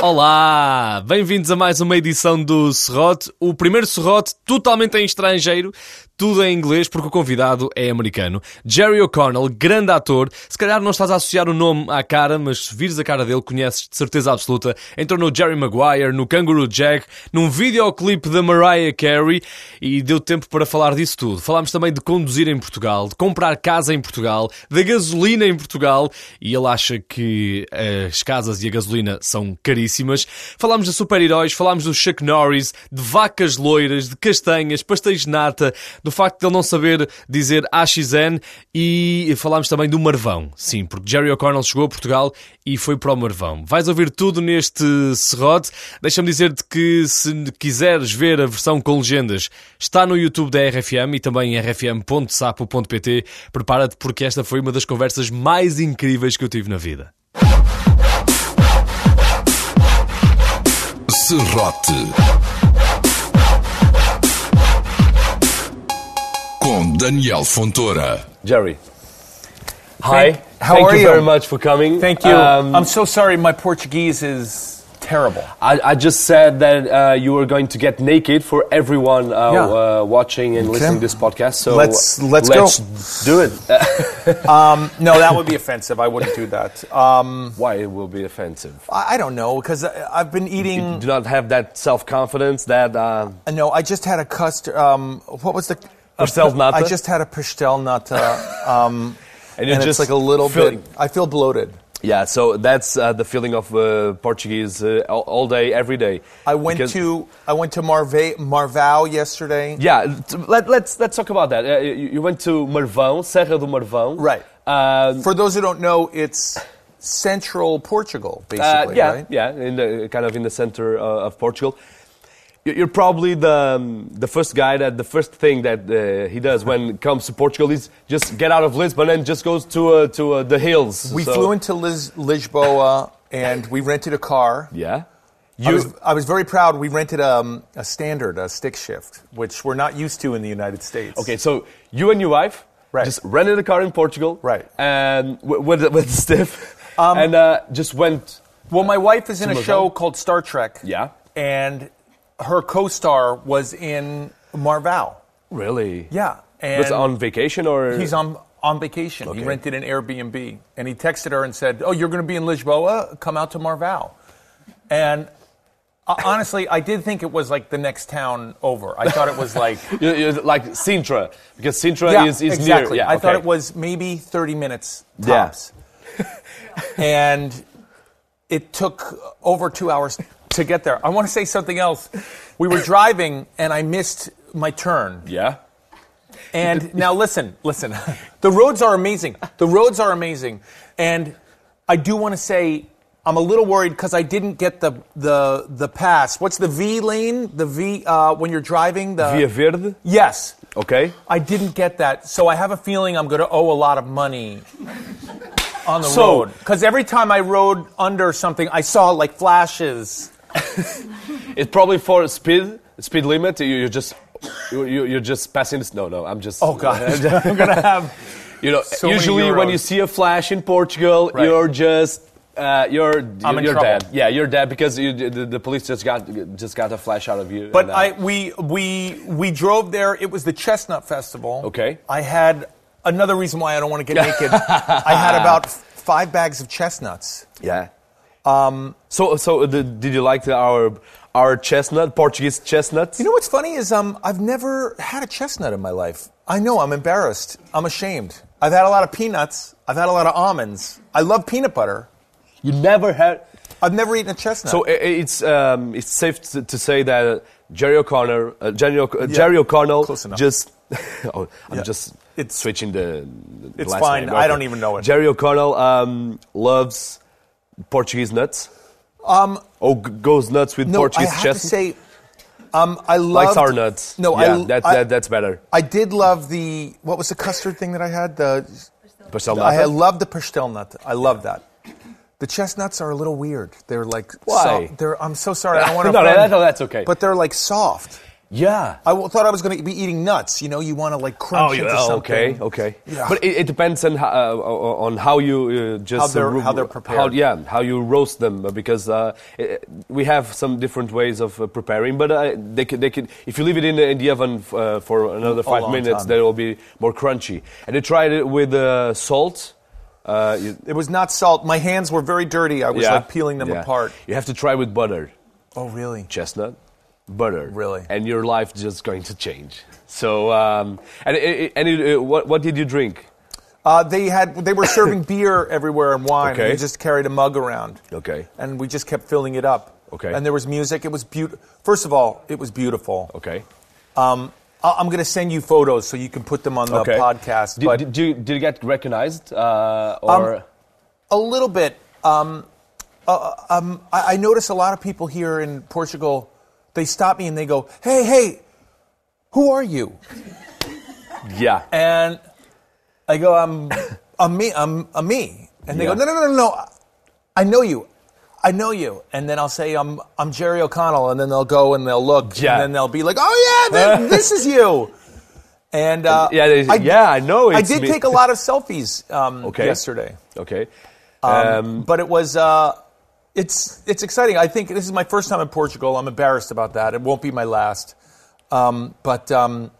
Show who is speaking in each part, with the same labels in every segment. Speaker 1: Olá, bem-vindos a mais uma edição do Serrote, o primeiro Serrote totalmente em estrangeiro, tudo em inglês porque o convidado é americano. Jerry O'Connell, grande ator, se calhar não estás a associar o nome à cara, mas se vires a cara dele conheces de certeza absoluta. Entrou no Jerry Maguire, no Kangaroo Jack, num videoclipe da Mariah Carey e deu tempo para falar disso tudo. Falámos também de conduzir em Portugal, de comprar casa em Portugal, da gasolina em Portugal e ele acha que as casas e a gasolina são caríssimas. Falámos de super-heróis, falámos do Chuck Norris, de vacas loiras, de castanhas, pastéis de nata, do facto de ele não saber dizer AXN e falámos também do Marvão. Sim, porque Jerry O'Connell chegou a Portugal e foi para o Marvão. Vais ouvir tudo neste serrote. Deixa-me dizer-te que se quiseres ver a versão com legendas, está no YouTube da RFM e também em rfm.sapo.pt. Prepara-te porque esta foi uma das conversas mais incríveis que eu tive na vida.
Speaker 2: Serrote com Daniel Fontoura.
Speaker 3: Jerry. Hi.
Speaker 4: Thank- how
Speaker 3: Thank
Speaker 4: are
Speaker 3: you,
Speaker 4: you?
Speaker 3: very much for coming.
Speaker 4: Thank you.
Speaker 3: Um,
Speaker 4: I'm so sorry. My Portuguese is terrible.
Speaker 3: I, I just said that uh, you were going to get naked for everyone uh,
Speaker 4: Yeah.
Speaker 3: uh, watching and listening to this podcast. So
Speaker 4: Let's- let's go.
Speaker 3: do it. Uh,
Speaker 4: Um, No, that would be offensive. I wouldn't do that. Um,
Speaker 3: why it will be offensive?
Speaker 4: I, I don't know because I've been
Speaker 3: You
Speaker 4: eating.
Speaker 3: do not have that self confidence. That uh,
Speaker 4: No, I just had a custard. Um, what was the a
Speaker 3: Pastel
Speaker 4: pa-
Speaker 3: nata?
Speaker 4: I just had a pastel nata. Um,
Speaker 3: And
Speaker 4: and
Speaker 3: you're
Speaker 4: it's
Speaker 3: just
Speaker 4: like a little
Speaker 3: feeling-
Speaker 4: bit. I feel bloated.
Speaker 3: yeah. So that's uh, the feeling of uh, Portuguese uh, all, all day, every day.
Speaker 4: I went
Speaker 3: Because-
Speaker 4: to I went to Marve, Marvao yesterday.
Speaker 3: Yeah, t- let, let's let's talk about that. Uh, you you went to Marvão, Serra do Marvão,
Speaker 4: Right.
Speaker 3: Um,
Speaker 4: For those who don't know, it's central Portugal,
Speaker 3: Uh,
Speaker 4: basically.
Speaker 3: yeah,
Speaker 4: right?
Speaker 3: yeah, in the, kind of in the center uh, of Portugal. You- You're probably the, um, the first guy that the first thing that uh, he does when it comes to Portugal is just get out of Lisbon and just goes to uh, to uh, the hills.
Speaker 4: We
Speaker 3: So-
Speaker 4: flew into Lis- Lisboa and we rented a car.
Speaker 3: Yeah.
Speaker 4: I, was, I was very proud. We rented um, a standard, a stick shift, which we're not used to in the United States.
Speaker 3: Okay, so you and your wife
Speaker 4: Right.
Speaker 3: just rented a car in Portugal,
Speaker 4: Right.
Speaker 3: And w- with with stiff,
Speaker 4: Um,
Speaker 3: and uh, just went.
Speaker 4: Well, my wife is in
Speaker 3: Some
Speaker 4: a
Speaker 3: of
Speaker 4: show
Speaker 3: them.
Speaker 4: called Star Trek.
Speaker 3: Yeah.
Speaker 4: And her co-star was in Marval.
Speaker 3: Really?
Speaker 4: Yeah. And
Speaker 3: Was on vacation or
Speaker 4: He's on on vacation. He rented an Airbnb, and he texted her and said, "Oh, you're going to be in Lisboa? Come out to Marval." And uh, honestly, I did think it was like the next town over. I thought it was like
Speaker 3: You- you- like Sintra because Sintra
Speaker 4: yeah,
Speaker 3: is, is
Speaker 4: exactly.
Speaker 3: near. Yeah,
Speaker 4: I thought
Speaker 3: okay.
Speaker 4: it was maybe 30 minutes
Speaker 3: Yeah.
Speaker 4: tops. and it took over two hours to get there. I want to say something else. We were driving, and I missed my turn.
Speaker 3: Yeah.
Speaker 4: And now listen, listen. The roads are amazing. The roads are amazing. And I do want to say I'm a little worried because I didn't get the the the pass. What's the V lane? The V uh, when you're driving the
Speaker 3: Via Verde.
Speaker 4: Yes.
Speaker 3: Okay.
Speaker 4: I didn't get that. So I have a feeling I'm going to owe a lot of money on the
Speaker 3: So-
Speaker 4: road cuz every time I rode under something I saw like flashes.
Speaker 3: It's probably for speed speed limit. You, you're just you, you- you're just passing this. No, no. I'm just.
Speaker 4: Oh god. I'm going to have
Speaker 3: you know,
Speaker 4: so many
Speaker 3: usually when
Speaker 4: euros.
Speaker 3: you see a flash in Portugal,
Speaker 4: Right.
Speaker 3: you're just. Uh, you're
Speaker 4: I'm in
Speaker 3: you're
Speaker 4: trouble.
Speaker 3: dead. Yeah, you're dead because you, the, the police just got just got a flash out of you.
Speaker 4: But
Speaker 3: and, uh,
Speaker 4: I we we we drove there. It was the Chestnut Festival.
Speaker 3: Okay.
Speaker 4: I had another reason why I don't want to get naked. I had about five bags of chestnuts.
Speaker 3: yeah. Um. So so the, did you like the, our our chestnut Portuguese chestnuts?
Speaker 4: You know what's funny is um I've never had a chestnut in my life. I know I'm embarrassed. I'm ashamed. I've had a lot of peanuts. I've had a lot of almonds. I love peanut butter.
Speaker 3: you never had.
Speaker 4: I've never eaten a chestnut.
Speaker 3: So i- i- it's um, it's safe to, to say that uh, Jerry O'Connor, uh, Jerry, O- uh, Jerry O'Connell,
Speaker 4: Close enough.
Speaker 3: just oh, I'm
Speaker 4: Yeah.
Speaker 3: just
Speaker 4: It's-
Speaker 3: switching the. the
Speaker 4: It's
Speaker 3: last
Speaker 4: fine.
Speaker 3: name.
Speaker 4: I don't even know it.
Speaker 3: Jerry O'Connell um, loves Portuguese nuts.
Speaker 4: um
Speaker 3: Oh, g- goes nuts with
Speaker 4: no,
Speaker 3: Portuguese
Speaker 4: I have
Speaker 3: chestnut.
Speaker 4: to say um I love
Speaker 3: Likes our nuts.
Speaker 4: No,
Speaker 3: yeah,
Speaker 4: I
Speaker 3: that,
Speaker 4: I-
Speaker 3: that, that's better.
Speaker 4: I did love the what was the custard thing that I had the
Speaker 3: Pastel
Speaker 4: I
Speaker 3: nata?
Speaker 4: had loved the pastel nut. I love that. The chestnuts are a little weird. They're like
Speaker 3: Why?
Speaker 4: soft. They're, I'm so sorry. I don't want to.
Speaker 3: No, no, that- that's okay.
Speaker 4: But they're like soft.
Speaker 3: Yeah.
Speaker 4: I w- thought I was going to be eating nuts. You know, you want to like crunch into something.
Speaker 3: Oh, okay, okay.
Speaker 4: Yeah.
Speaker 3: But it, it depends on how, uh, on how you uh, just
Speaker 4: How they're-
Speaker 3: uh,
Speaker 4: how they're prepared.
Speaker 3: how- yeah, how you roast them uh, because uh, i- we have some different ways of uh, preparing. But uh, they could, they could if you leave it in, in the oven uh, for another five
Speaker 4: long
Speaker 3: minutes,
Speaker 4: time.
Speaker 3: then it will be more crunchy. And they tried it with uh, salt. Uh, you-
Speaker 4: It was not salt. My hands were very dirty. I was
Speaker 3: yeah,
Speaker 4: like peeling them
Speaker 3: yeah.
Speaker 4: apart.
Speaker 3: You have to try with butter
Speaker 4: Oh, really?
Speaker 3: chestnut, butter.
Speaker 4: Really?
Speaker 3: And your life just going to change. So, um, and, it, and it, uh, what, what did you drink?
Speaker 4: Uh, they had they were serving beer everywhere and wine.
Speaker 3: Okay.
Speaker 4: And we just carried a mug around.
Speaker 3: Okay.
Speaker 4: And we just kept filling it up.
Speaker 3: Okay.
Speaker 4: And there was music. It was beautiful. First of all, it was beautiful.
Speaker 3: Okay.
Speaker 4: Um, I- I'm going to send you photos so you can put them on the
Speaker 3: okay.
Speaker 4: podcast.
Speaker 3: Did,
Speaker 4: but Um,
Speaker 3: did, you, did you get recognized? Uh, or
Speaker 4: a little bit. Um, uh, um, I, I notice a lot of people here in Portugal. They stop me and they go, "Hey, hey, who are you?"
Speaker 3: yeah.
Speaker 4: And I go, I'm, I'm me, I'm, I'm me. And they
Speaker 3: Yeah.
Speaker 4: go, no, no, no, no, no, I know you. I know you. And then I'll say, I'm, I'm Jerry O'Connell. And then they'll go and they'll look.
Speaker 3: Yeah.
Speaker 4: And then they'll be like, oh, yeah, th- this is you. And uh,
Speaker 3: Yeah, they- yeah, I know
Speaker 4: I
Speaker 3: it's
Speaker 4: did
Speaker 3: me.
Speaker 4: take a lot of selfies um,
Speaker 3: Okay.
Speaker 4: yesterday.
Speaker 3: Okay.
Speaker 4: But it was, uh, it's, it's exciting. I think this is my first time in Portugal. I'm embarrassed about that. It won't be my last. Um, but um,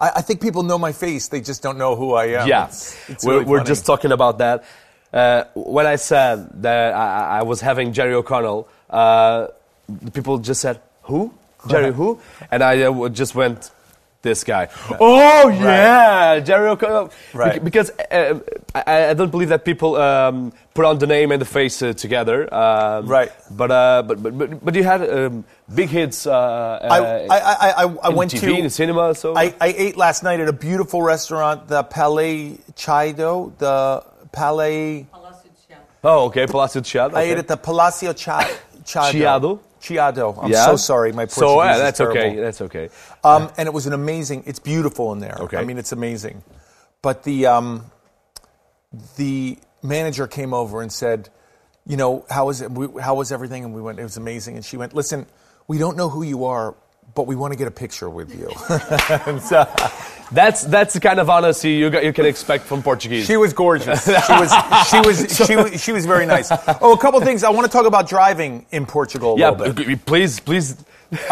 Speaker 4: I, I think people know my face. They just don't know who I am.
Speaker 3: yeah.
Speaker 4: It's, it's
Speaker 3: we're,
Speaker 4: really
Speaker 3: we're
Speaker 4: funny.
Speaker 3: just talking about that. Uh, when I said that I, I- I was having Jerry O'Connell, uh, the people just said, Who? Jerry who? And I uh, w- just went, This guy. Oh, yeah, Jerry O'Connell.
Speaker 4: Right.
Speaker 3: Bec- because uh, I, I don't believe that people um, put on the name and the face uh, together. Um,
Speaker 4: Right.
Speaker 3: But, uh, but, but, but, but you had um, big hits. Uh,
Speaker 4: I,
Speaker 3: uh,
Speaker 4: I, I, I, I
Speaker 3: in
Speaker 4: went
Speaker 3: TV,
Speaker 4: to.
Speaker 3: in cinema, so.
Speaker 4: I, I ate last night at a beautiful restaurant, the Palais Chido, the Palais.
Speaker 5: Palácio de Chiado.
Speaker 3: oh, okay, Palacio de Chiado.
Speaker 4: I
Speaker 3: okay.
Speaker 4: ate at the Palacio Chi- Chiado.
Speaker 3: Chiado?
Speaker 4: Chiado. I'm
Speaker 3: Yeah.
Speaker 4: so sorry. My Portuguese
Speaker 3: So uh,
Speaker 4: is
Speaker 3: that's
Speaker 4: terrible.
Speaker 3: okay. That's okay.
Speaker 4: Um, and it was an amazing. It's beautiful in there.
Speaker 3: Okay.
Speaker 4: I mean, it's amazing. But the um, the manager came over and said, you know, how is it? We, how was everything? And we went. It was amazing. And she went, listen, we don't know who you are, but we want to get a picture with you.
Speaker 3: That's that's the kind of honesty you got, you can expect from Portuguese.
Speaker 4: She was gorgeous. She was she was she was, she was very nice. Oh, a couple things I want to talk about driving in Portugal a
Speaker 3: yeah,
Speaker 4: little bit.
Speaker 3: b- b- please, please.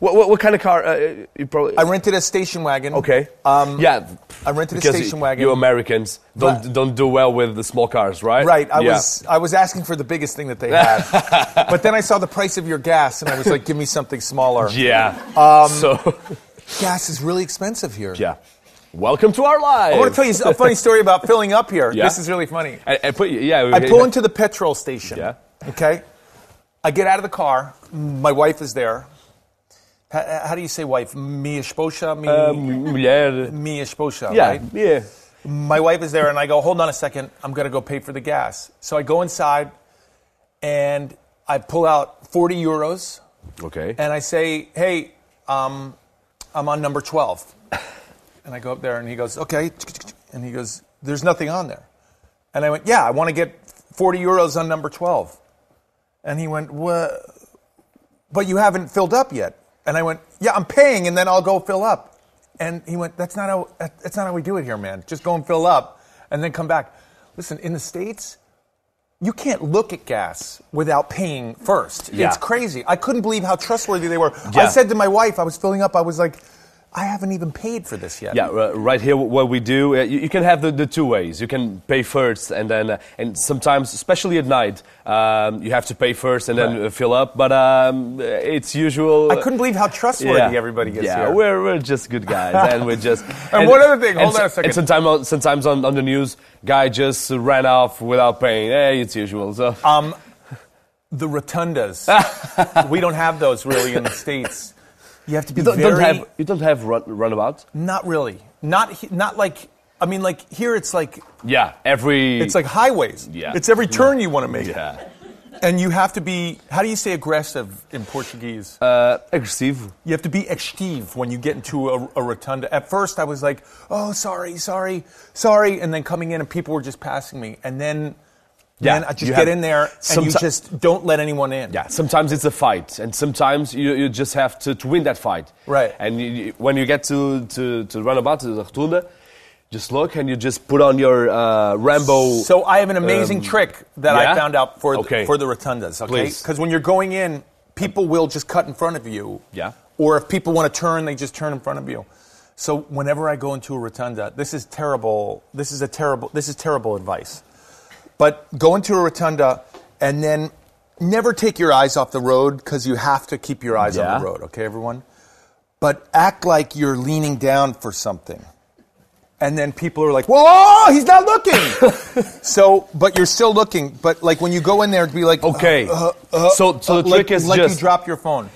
Speaker 3: what, what what kind of car? Uh, you probably
Speaker 4: Um, I rented a station wagon.
Speaker 3: okay.
Speaker 4: Um,
Speaker 3: yeah,
Speaker 4: I rented a
Speaker 3: because
Speaker 4: station
Speaker 3: you-
Speaker 4: wagon.
Speaker 3: You Americans don't
Speaker 4: Right.
Speaker 3: don't do well with the small cars, right?
Speaker 4: Right. I
Speaker 3: Yeah.
Speaker 4: was I was asking for the biggest thing that they had, but then I saw the price of your gas, and I was like, "Give me something smaller."
Speaker 3: Yeah.
Speaker 4: Um,
Speaker 3: so
Speaker 4: Gas is really expensive here.
Speaker 3: yeah. Welcome to our life.
Speaker 4: I want to tell you a funny story about filling up here.
Speaker 3: Yeah?
Speaker 4: This is really funny.
Speaker 3: I, I put yeah.
Speaker 4: I pull into the petrol station.
Speaker 3: Yeah.
Speaker 4: Okay. I get out of the car. My wife is there. How, how do you say wife? Minha esposa. Mi,
Speaker 3: Um, yeah.
Speaker 4: minha esposa.
Speaker 3: Yeah.
Speaker 4: Right?
Speaker 3: Yeah.
Speaker 4: my wife is there and I go, hold on a second, I'm gonna go pay for the gas. So I go inside and I pull out 40 euros
Speaker 3: Okay.
Speaker 4: and I say, hey, um, I'm on number 12. And I go up there and he goes, okay. And he goes, there's nothing on there. And I went, yeah, I wanna get 40 euros on number 12. And he went, what? But you haven't filled up yet. And I went, yeah, I'm paying and then I'll go fill up. And he went, that's not how, that- that's not how we do it here, man. Just go and fill up and then come back. Listen, in the States, you can't look at gas without paying first.
Speaker 3: Yeah.
Speaker 4: It's crazy. I couldn't believe how trustworthy they were. I
Speaker 3: Yeah.
Speaker 4: said to my wife, I was filling up, I was like, I haven't even paid for this yet.
Speaker 3: Yeah, ri- right here, what we do, uh, you, you can have the, the two ways. You can pay first, and then, uh, and sometimes, especially at night, um, you have to pay first and then
Speaker 4: Right.
Speaker 3: uh fill up. But um, it's usual. uh,
Speaker 4: I couldn't believe how trustworthy everybody gets
Speaker 3: yeah,
Speaker 4: here.
Speaker 3: We're, we're just good guys, and we're just.
Speaker 4: And one other thing,
Speaker 3: and,
Speaker 4: hold on a
Speaker 3: s-
Speaker 4: second.
Speaker 3: And sometimes, on- sometimes on, on the news, guy just ran off without paying. Hey, it's usual. So
Speaker 4: Um, the rotundas. we don't have those really in the states. You have to be
Speaker 3: you don't,
Speaker 4: very
Speaker 3: don't have you don't have run, runabout.
Speaker 4: not really not he- not like I mean like here it's like
Speaker 3: Yeah, every
Speaker 4: it's like highways.
Speaker 3: Yeah.
Speaker 4: It's every turn you want to make.
Speaker 3: yeah,
Speaker 4: And you have to be how do you say aggressive in Portuguese?
Speaker 3: uh, aggressive.
Speaker 4: you have to be extive when you get into a, a rotunda. At first I was like, "Oh, sorry, sorry, sorry," and then coming in and people were just passing me. And then
Speaker 3: Yeah,
Speaker 4: man, I just
Speaker 3: you
Speaker 4: get
Speaker 3: have-
Speaker 4: in there and you
Speaker 3: someti-
Speaker 4: just don't let anyone in.
Speaker 3: Yeah, sometimes it's a fight, and sometimes you, you just have to, to win that fight.
Speaker 4: Right.
Speaker 3: And you, you- when you get to, to, to runabout, to the rotunda, just look and you just put on your uh, Rambo.
Speaker 4: So I have an amazing
Speaker 3: Um,
Speaker 4: trick that I
Speaker 3: yeah?
Speaker 4: found out for
Speaker 3: Okay.
Speaker 4: for the rotundas. Okay,
Speaker 3: Please.
Speaker 4: because when you're going in, people will just cut in front of you.
Speaker 3: Yeah.
Speaker 4: Or if people want to turn, they just turn in front of you. So whenever I go into a rotunda, this is terrible. This is a terrible. This is terrible advice. But go into a rotunda and then never take your eyes off the road because you have to keep your eyes on
Speaker 3: Yeah.
Speaker 4: the road. Okay, everyone. But act like you're leaning down for something. And then people are like, whoa, he's not looking. so, but you're still looking. But like when you go in there, be like,
Speaker 3: Okay.
Speaker 4: uh, uh,
Speaker 3: So- so
Speaker 4: uh,
Speaker 3: the
Speaker 4: like-
Speaker 3: trick is
Speaker 4: like you
Speaker 3: just-
Speaker 4: drop your phone.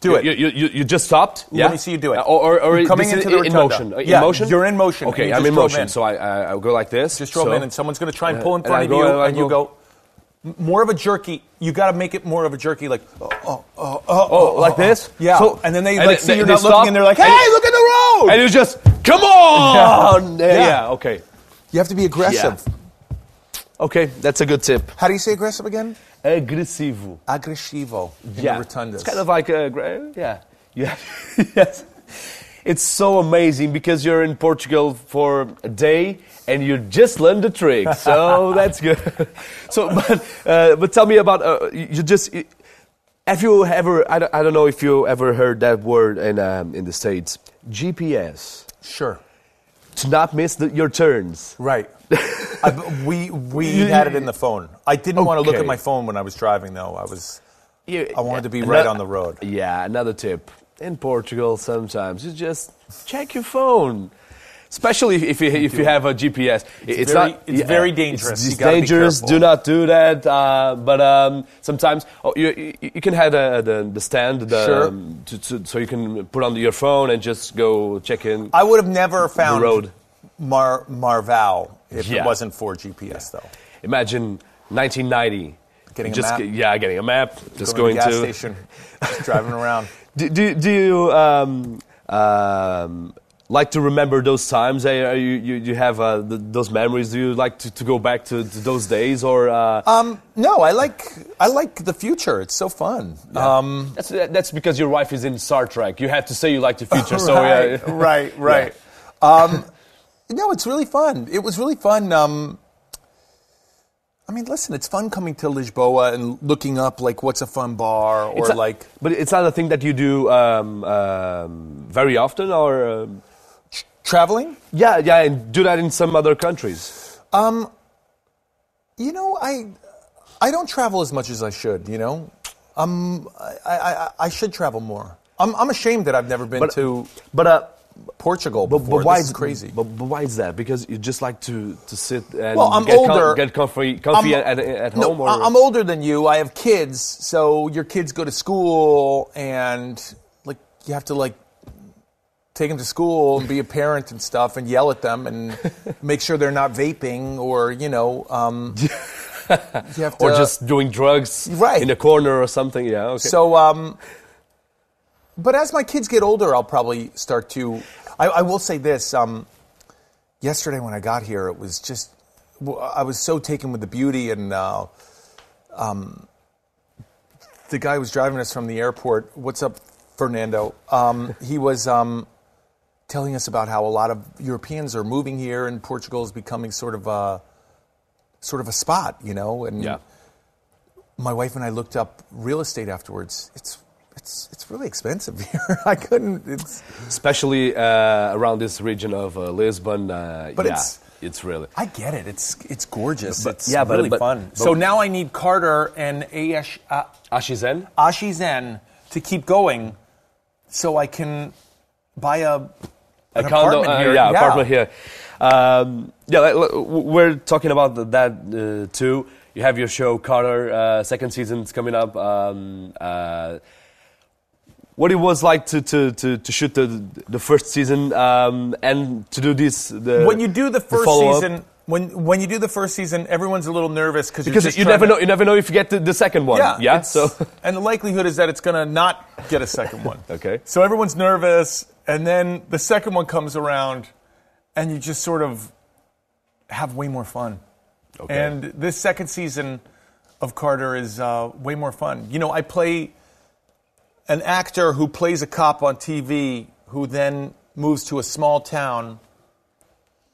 Speaker 4: Do it.
Speaker 3: You, you, you, you just stopped.
Speaker 4: Let me see you do it.
Speaker 3: Uh, Or, or, or
Speaker 4: You're coming
Speaker 3: this is
Speaker 4: into the
Speaker 3: in
Speaker 4: rotunda.
Speaker 3: motion. Uh,
Speaker 4: Yeah,
Speaker 3: in motion.
Speaker 4: you're in motion, and
Speaker 3: Okay,
Speaker 4: you
Speaker 3: I'm
Speaker 4: just
Speaker 3: in
Speaker 4: drove
Speaker 3: motion.
Speaker 4: in.
Speaker 3: So I, I I'll go like this.
Speaker 4: just drove
Speaker 3: so-
Speaker 4: in and someone's going to try and
Speaker 3: Uh,
Speaker 4: pull in
Speaker 3: and I
Speaker 4: front of
Speaker 3: go,
Speaker 4: you,
Speaker 3: uh, I
Speaker 4: and you go.
Speaker 3: go-
Speaker 4: M- More of a jerky. You got to make it more of a jerky, like oh, oh, oh, oh,
Speaker 3: Oh, like this?
Speaker 4: Yeah.
Speaker 3: So-
Speaker 4: and then they
Speaker 3: and
Speaker 4: like
Speaker 3: they-
Speaker 4: see you're
Speaker 3: they
Speaker 4: not
Speaker 3: stop,
Speaker 4: looking, and they're like, "Hey,
Speaker 3: and-
Speaker 4: look at the road!"
Speaker 3: And you just come on.
Speaker 4: Yeah.
Speaker 3: yeah. Okay.
Speaker 4: you have to be aggressive.
Speaker 3: Okay, that's a good tip.
Speaker 4: How do you say aggressive again?
Speaker 3: Agressivo.
Speaker 4: Aggressivo. In
Speaker 3: yeah.
Speaker 4: The rotundas.
Speaker 3: It's kind of like a gra- yeah. Yeah. yes. It's so amazing because you're in Portugal for a day and you just learned the trick. So that's good. so, but uh, but tell me about uh, you you just. you- have you ever? I don't, I don't know if you ever heard that word in um, in the states. GPS
Speaker 4: sure.
Speaker 3: to not miss the, your turns.
Speaker 4: Right. I, we we
Speaker 3: You-
Speaker 4: had it in the phone. I didn't want to look at
Speaker 3: Okay.
Speaker 4: my phone when I was driving, though. I was.
Speaker 3: You-
Speaker 4: I wanted to be
Speaker 3: ano-
Speaker 4: right on the road.
Speaker 3: Yeah, another tip. In Portugal, sometimes you just check your phone. Especially if you, if you have a GPS. It's,
Speaker 4: very-
Speaker 3: not,
Speaker 4: it's very dangerous.
Speaker 3: It's,
Speaker 4: You gotta be
Speaker 3: dangerous. Do
Speaker 4: careful.
Speaker 3: not do that. Uh, but um, sometimes oh, you, you, you can have uh, the, the stand the,
Speaker 4: Sure.
Speaker 3: um, to, to, so you can put on your phone and just go check in.
Speaker 4: I would have never found
Speaker 3: road.
Speaker 4: Mar Marval if
Speaker 3: Yeah.
Speaker 4: it wasn't for GPS, though.
Speaker 3: Imagine 1990.
Speaker 4: Getting a
Speaker 3: just,
Speaker 4: map.
Speaker 3: get- Yeah, getting a map. Just
Speaker 4: Going
Speaker 3: going,
Speaker 4: to the gas
Speaker 3: to
Speaker 4: station, just driving around.
Speaker 3: Do, do, do you um, um, like to remember those times? Eh, Are you, you, you have uh, th- those memories? Do you like to, to go back to, to those days? Or uh,
Speaker 4: Um, no, I like I like the future. It's so fun. Um,
Speaker 3: that's, that's because your wife is in Star Trek. You had to say you like the future. So yeah.
Speaker 4: right, right, right. Um, no, it's really fun. It was really fun. Um, I mean, listen, it's fun coming to Lisboa and looking up like what's a fun bar or
Speaker 3: It's a-
Speaker 4: like
Speaker 3: but it's not a thing that you do um, um, very often, or um,
Speaker 4: traveling.
Speaker 3: yeah, yeah, and do that in some other countries.
Speaker 4: You know, I I don't travel as much as I should. You know, um, I, I, I- I should travel more. I'm, I'm ashamed that I've never been
Speaker 3: But
Speaker 4: to
Speaker 3: but uh,
Speaker 4: Portugal
Speaker 3: But,
Speaker 4: before.
Speaker 3: but why
Speaker 4: This is
Speaker 3: is-
Speaker 4: crazy?
Speaker 3: But, but why is that? Because you just like to, to sit and
Speaker 4: Well, I'm
Speaker 3: get, com-
Speaker 4: older.
Speaker 3: get comfy, comfy at, at
Speaker 4: no,
Speaker 3: home. or
Speaker 4: I- I'm older than you. I have kids, so your kids go to school, and like you have to like take them to school and be a parent and stuff, and yell at them and make sure they're not vaping or you know, um, you have to
Speaker 3: or just doing drugs
Speaker 4: Right.
Speaker 3: in a corner or something. Yeah. Okay.
Speaker 4: So, um, but as my kids get older, I'll probably start to. I, I will say this. Um, yesterday when I got here, it was just w- I was so taken with the beauty, and uh, um, the guy who was driving us from the airport. What's up, Fernando? Um, he was. Um, Telling us about how a lot of Europeans are moving here, and Portugal is becoming sort of a sort of a spot, you know. And
Speaker 3: yeah.
Speaker 4: my wife and I looked up real estate afterwards. It's it's it's really expensive here. I couldn't. It's
Speaker 3: Especially uh, around this region of uh, Lisbon. Uh,
Speaker 4: But
Speaker 3: yeah,
Speaker 4: it's-
Speaker 3: it's really.
Speaker 4: I get it. It's it's gorgeous.
Speaker 3: But-
Speaker 4: it's
Speaker 3: yeah, but-
Speaker 4: really
Speaker 3: but-
Speaker 4: fun.
Speaker 3: but-
Speaker 4: so now I need Carter and Ash uh,
Speaker 3: Ashizen?
Speaker 4: Ashi Zen to keep going, so I can buy a
Speaker 3: a
Speaker 4: an
Speaker 3: condo,
Speaker 4: apartment
Speaker 3: uh,
Speaker 4: here.
Speaker 3: Yeah, apartment here. Um, yeah, like, like, w- we're talking about th- that uh, too. You have your show, Carter. Uh, second season's coming up. Um, uh, what it was like to, to, to, to shoot the, the first season um, and to do this. The,
Speaker 4: When you do the first
Speaker 3: follow-up?
Speaker 4: season, when when you do the first season, everyone's a little nervous because
Speaker 3: because you never know, you never know if you get the, the second one.
Speaker 4: Yeah.
Speaker 3: yeah.
Speaker 4: it's-
Speaker 3: So
Speaker 4: and the likelihood is that it's going to not get a second one.
Speaker 3: Okay.
Speaker 4: So everyone's nervous, and then the second one comes around, and you just sort of have way more fun.
Speaker 3: Okay.
Speaker 4: And this second season of Carter is uh, way more fun. You know, I play an actor who plays a cop on TV who then moves to a small town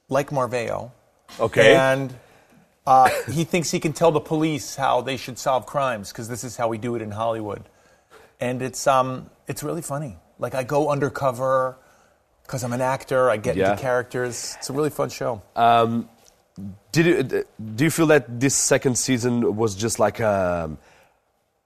Speaker 4: like Marveo.
Speaker 3: Okay.
Speaker 4: And uh, he thinks he can tell the police how they should solve crimes because this is how we do it in Hollywood. And it's, um, it's really funny. Like, I go undercover because I'm an actor, I get
Speaker 3: Yeah. Um,
Speaker 4: into characters. It's a really fun show.
Speaker 3: Did you, do you feel that this second season was just like a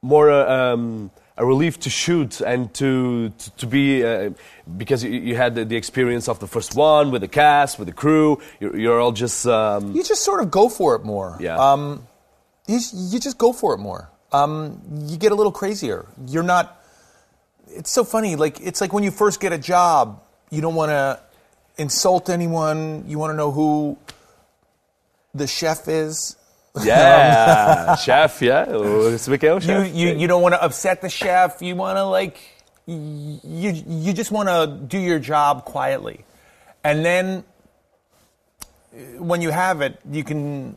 Speaker 3: more a, um, a relief to shoot and to to, to be uh, because you, you had the, the experience of the first one with the cast with the crew you're, you're all just um,
Speaker 4: you just sort of go for it more.
Speaker 3: Yeah.
Speaker 4: Um, you, s- you just go for it more. Um, you get a little crazier. You're not. It's so funny. Like it's like when you first get a job, you don't want to insult anyone. You want to know who the chef is.
Speaker 3: yeah chef yeah Oh, Esse aqui é o
Speaker 4: um, You
Speaker 3: chef.
Speaker 4: you, you don't want to upset the chef. You want to like y- you you just want to do your job quietly, and then uh, when you have it, you can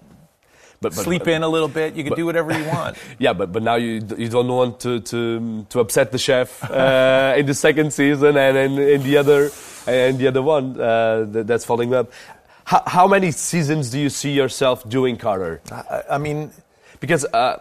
Speaker 3: But- but-
Speaker 4: sleep in a little bit. You can do whatever you want.
Speaker 3: Yeah, but but now you d- you don't want to to to upset the chef uh, in the second season and and, and the other and the other one uh, that, that's following up. How, how many seasons do you see yourself doing Carter?
Speaker 4: I, I mean,
Speaker 3: Because uh,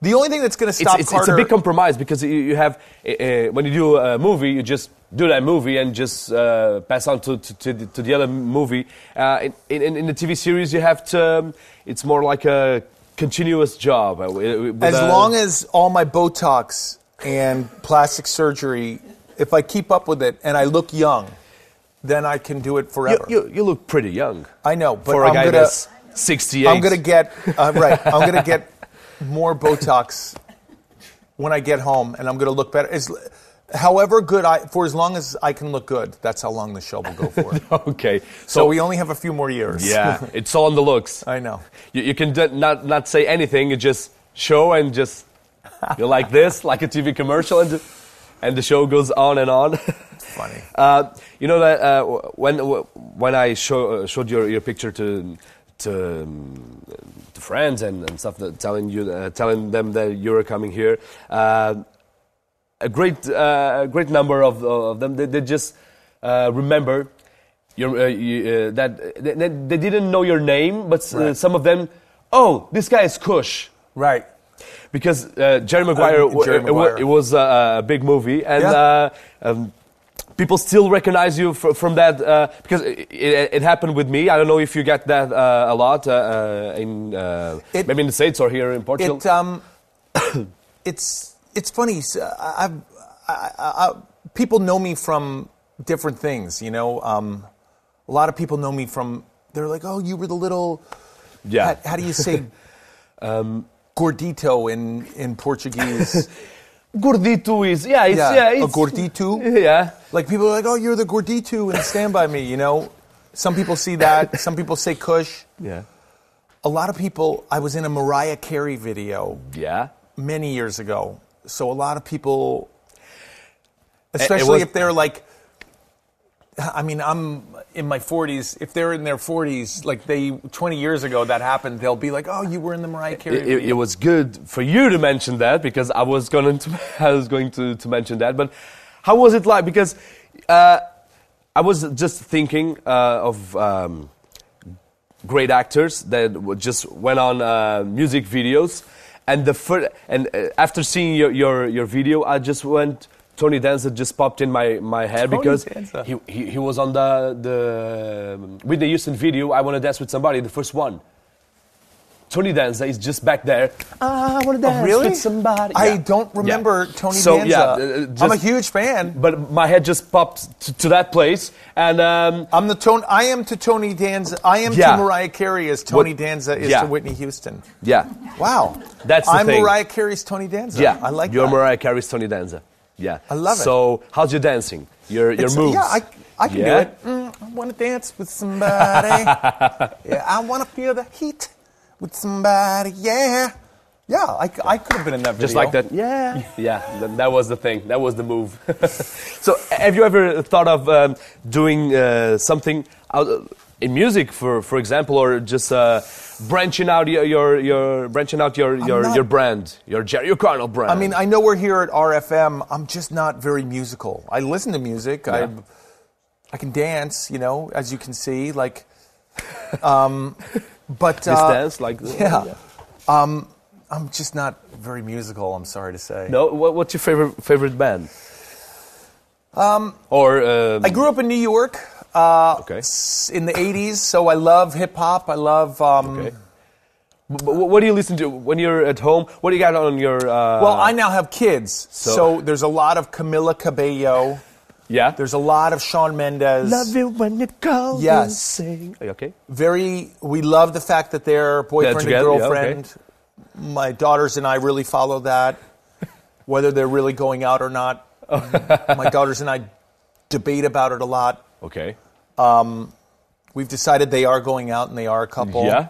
Speaker 4: the only thing that's going to
Speaker 3: it's,
Speaker 4: stop
Speaker 3: it's, it's
Speaker 4: Carter.
Speaker 3: a big compromise because you, you have uh, uh, when you do a movie, you just do that movie and just uh, pass on to, to, to, the, to the other movie. Uh, in, in, in the TV series, you have to. um, it's more like a continuous job. uh, with- with
Speaker 4: as
Speaker 3: a-
Speaker 4: long as all my Botox and plastic surgery, if I keep up with it and I look young, then I can do it
Speaker 3: you,
Speaker 4: forever.
Speaker 3: you, you look pretty young.
Speaker 4: I know, but
Speaker 3: for a
Speaker 4: I'm
Speaker 3: guy
Speaker 4: gonna,
Speaker 3: that's 68.
Speaker 4: I'm gonna get uh, right. I'm gonna get more Botox when I get home, and I'm gonna look better. As, however good I, for as long as I can look good, that's how long the show will go for. so,
Speaker 3: Okay, so,
Speaker 4: we only have a few more years.
Speaker 3: yeah, it's all on the looks.
Speaker 4: I know.
Speaker 3: You, you can d- not not say anything. You just show and just you're like this, like a TV commercial, and and the show goes on and on.
Speaker 4: Funny.
Speaker 3: Uh, you know that uh, when when I show, uh, showed your, your picture to to, um, to friends and, and stuff, that telling you uh, telling them that you're coming here, uh, a great uh, a great number of, of them they, they just uh, remember your uh, you, uh, that they, they they didn't know your name, but uh,
Speaker 4: Right.
Speaker 3: some of them, oh, this guy is Kush.
Speaker 4: Right.
Speaker 3: Because uh, Jerry Maguire,
Speaker 4: Um, Jerry
Speaker 3: it wa-
Speaker 4: Maguire.
Speaker 3: It, was a, a big movie, and
Speaker 4: Yeah.
Speaker 3: uh, um, people still recognize you fr- from that uh, because it, it, it happened with me. I don't know if you get that uh, a lot uh, uh, in uh,
Speaker 4: It-
Speaker 3: maybe in the States or here in Portugal.
Speaker 4: It um, it's it's funny. s- I, I've- I, I, I, people know me from different things. You know, um, a lot of people know me from. They're like, oh, you were the little.
Speaker 3: yeah,
Speaker 4: How, how do you say? um, gordito in in Portuguese.
Speaker 3: gordito is yeah, it's, yeah,
Speaker 4: Yeah, a
Speaker 3: it's,
Speaker 4: gordito.
Speaker 3: Yeah,
Speaker 4: like people are like, oh, you're the gordito in Stand by Me. You know, some people see that. Some people say Kush.
Speaker 3: yeah,
Speaker 4: A lot of people. I was in a Mariah Carey video
Speaker 3: yeah.
Speaker 4: many years ago. So a lot of people, especially
Speaker 3: was-
Speaker 4: if they're like, I mean, I'm in my 40s. If they're in their 40s, like they 20 years ago that happened, they'll be like, "Oh, you were in the Mariah Carey."
Speaker 3: It, it,
Speaker 4: video."
Speaker 3: it was good for you to mention that because I was going to I was going to, to mention that. But how was it like? Because uh, I was just thinking uh, of um, great actors that w- just went on uh, music videos, and the fir- and uh, after seeing your, your your video, I just went. Tony Danza just popped in my, my head
Speaker 4: Tony
Speaker 3: because
Speaker 4: Danza.
Speaker 3: he, he, he was on the the um, with the Houston video. I want to dance with somebody, the first one. Tony Danza is just back there. I want to dance
Speaker 4: really?
Speaker 3: with somebody.
Speaker 4: I
Speaker 3: Yeah.
Speaker 4: don't
Speaker 3: Yeah.
Speaker 4: remember Tony
Speaker 3: so,
Speaker 4: Danza.
Speaker 3: Yeah, uh, uh, just,
Speaker 4: I'm a huge fan.
Speaker 3: But my head just popped to, to that place, and um,
Speaker 4: I'm the Tony. I am to Tony Danza. I am
Speaker 3: Yeah.
Speaker 4: to Mariah Carey as Tony
Speaker 3: What-
Speaker 4: Danza is
Speaker 3: yeah.
Speaker 4: to Whitney Houston.
Speaker 3: yeah,
Speaker 4: Wow,
Speaker 3: That's the
Speaker 4: I'm
Speaker 3: thing.
Speaker 4: Mariah Carey's Tony Danza.
Speaker 3: yeah.
Speaker 4: I like
Speaker 3: your
Speaker 4: that.
Speaker 3: Mariah Carey's Tony Danza. Yeah, I
Speaker 4: love it.
Speaker 3: So, how's your dancing? Your your
Speaker 4: It's-
Speaker 3: moves?
Speaker 4: Yeah, I, I can
Speaker 3: Yeah?
Speaker 4: do it. Mm, I want to dance with somebody. yeah, I want to feel the heat with somebody. Yeah. Yeah, I, c- I could have been in that video.
Speaker 3: Just like that. Yeah. Yeah, that, that was the thing. That was the move. so, have you ever thought of um, doing uh, something out, in music, for for example, or just uh, branching out your, your your branching out your your,
Speaker 4: not-
Speaker 3: your brand, your Jerry O'Connell brand.
Speaker 4: I mean, I know we're here at RFM. I'm just not very musical. I listen to music. I, I can dance, you know, as you can see. Like, um, but
Speaker 3: this
Speaker 4: uh,
Speaker 3: dance like
Speaker 4: yeah. Um, I'm just not very musical. I'm sorry to say.
Speaker 3: No, what, what's your favorite favorite band? Um, or um,
Speaker 4: I grew up in New York uh,
Speaker 3: Okay.
Speaker 4: s- in the '80s, so I love hip hop. I love. Um,
Speaker 3: Okay. But what, do you listen to when you're at home? What do you got on your? Uh,
Speaker 4: Well, I now have kids, so,
Speaker 3: so-
Speaker 4: there's a lot of Camila Cabello.
Speaker 3: yeah.
Speaker 4: There's a lot of Sean Mendes.
Speaker 3: you when it calls.
Speaker 4: Yes.
Speaker 3: sing. Are you okay.
Speaker 4: very we love the fact that they're boyfriend
Speaker 3: together, yeah,
Speaker 4: and
Speaker 3: okay.
Speaker 4: girlfriend. My daughters and I really follow that, whether they're really going out or not. My daughters and I debate about it a lot.
Speaker 3: Okay.
Speaker 4: We've decided they are going out and they are a couple.
Speaker 3: Yeah.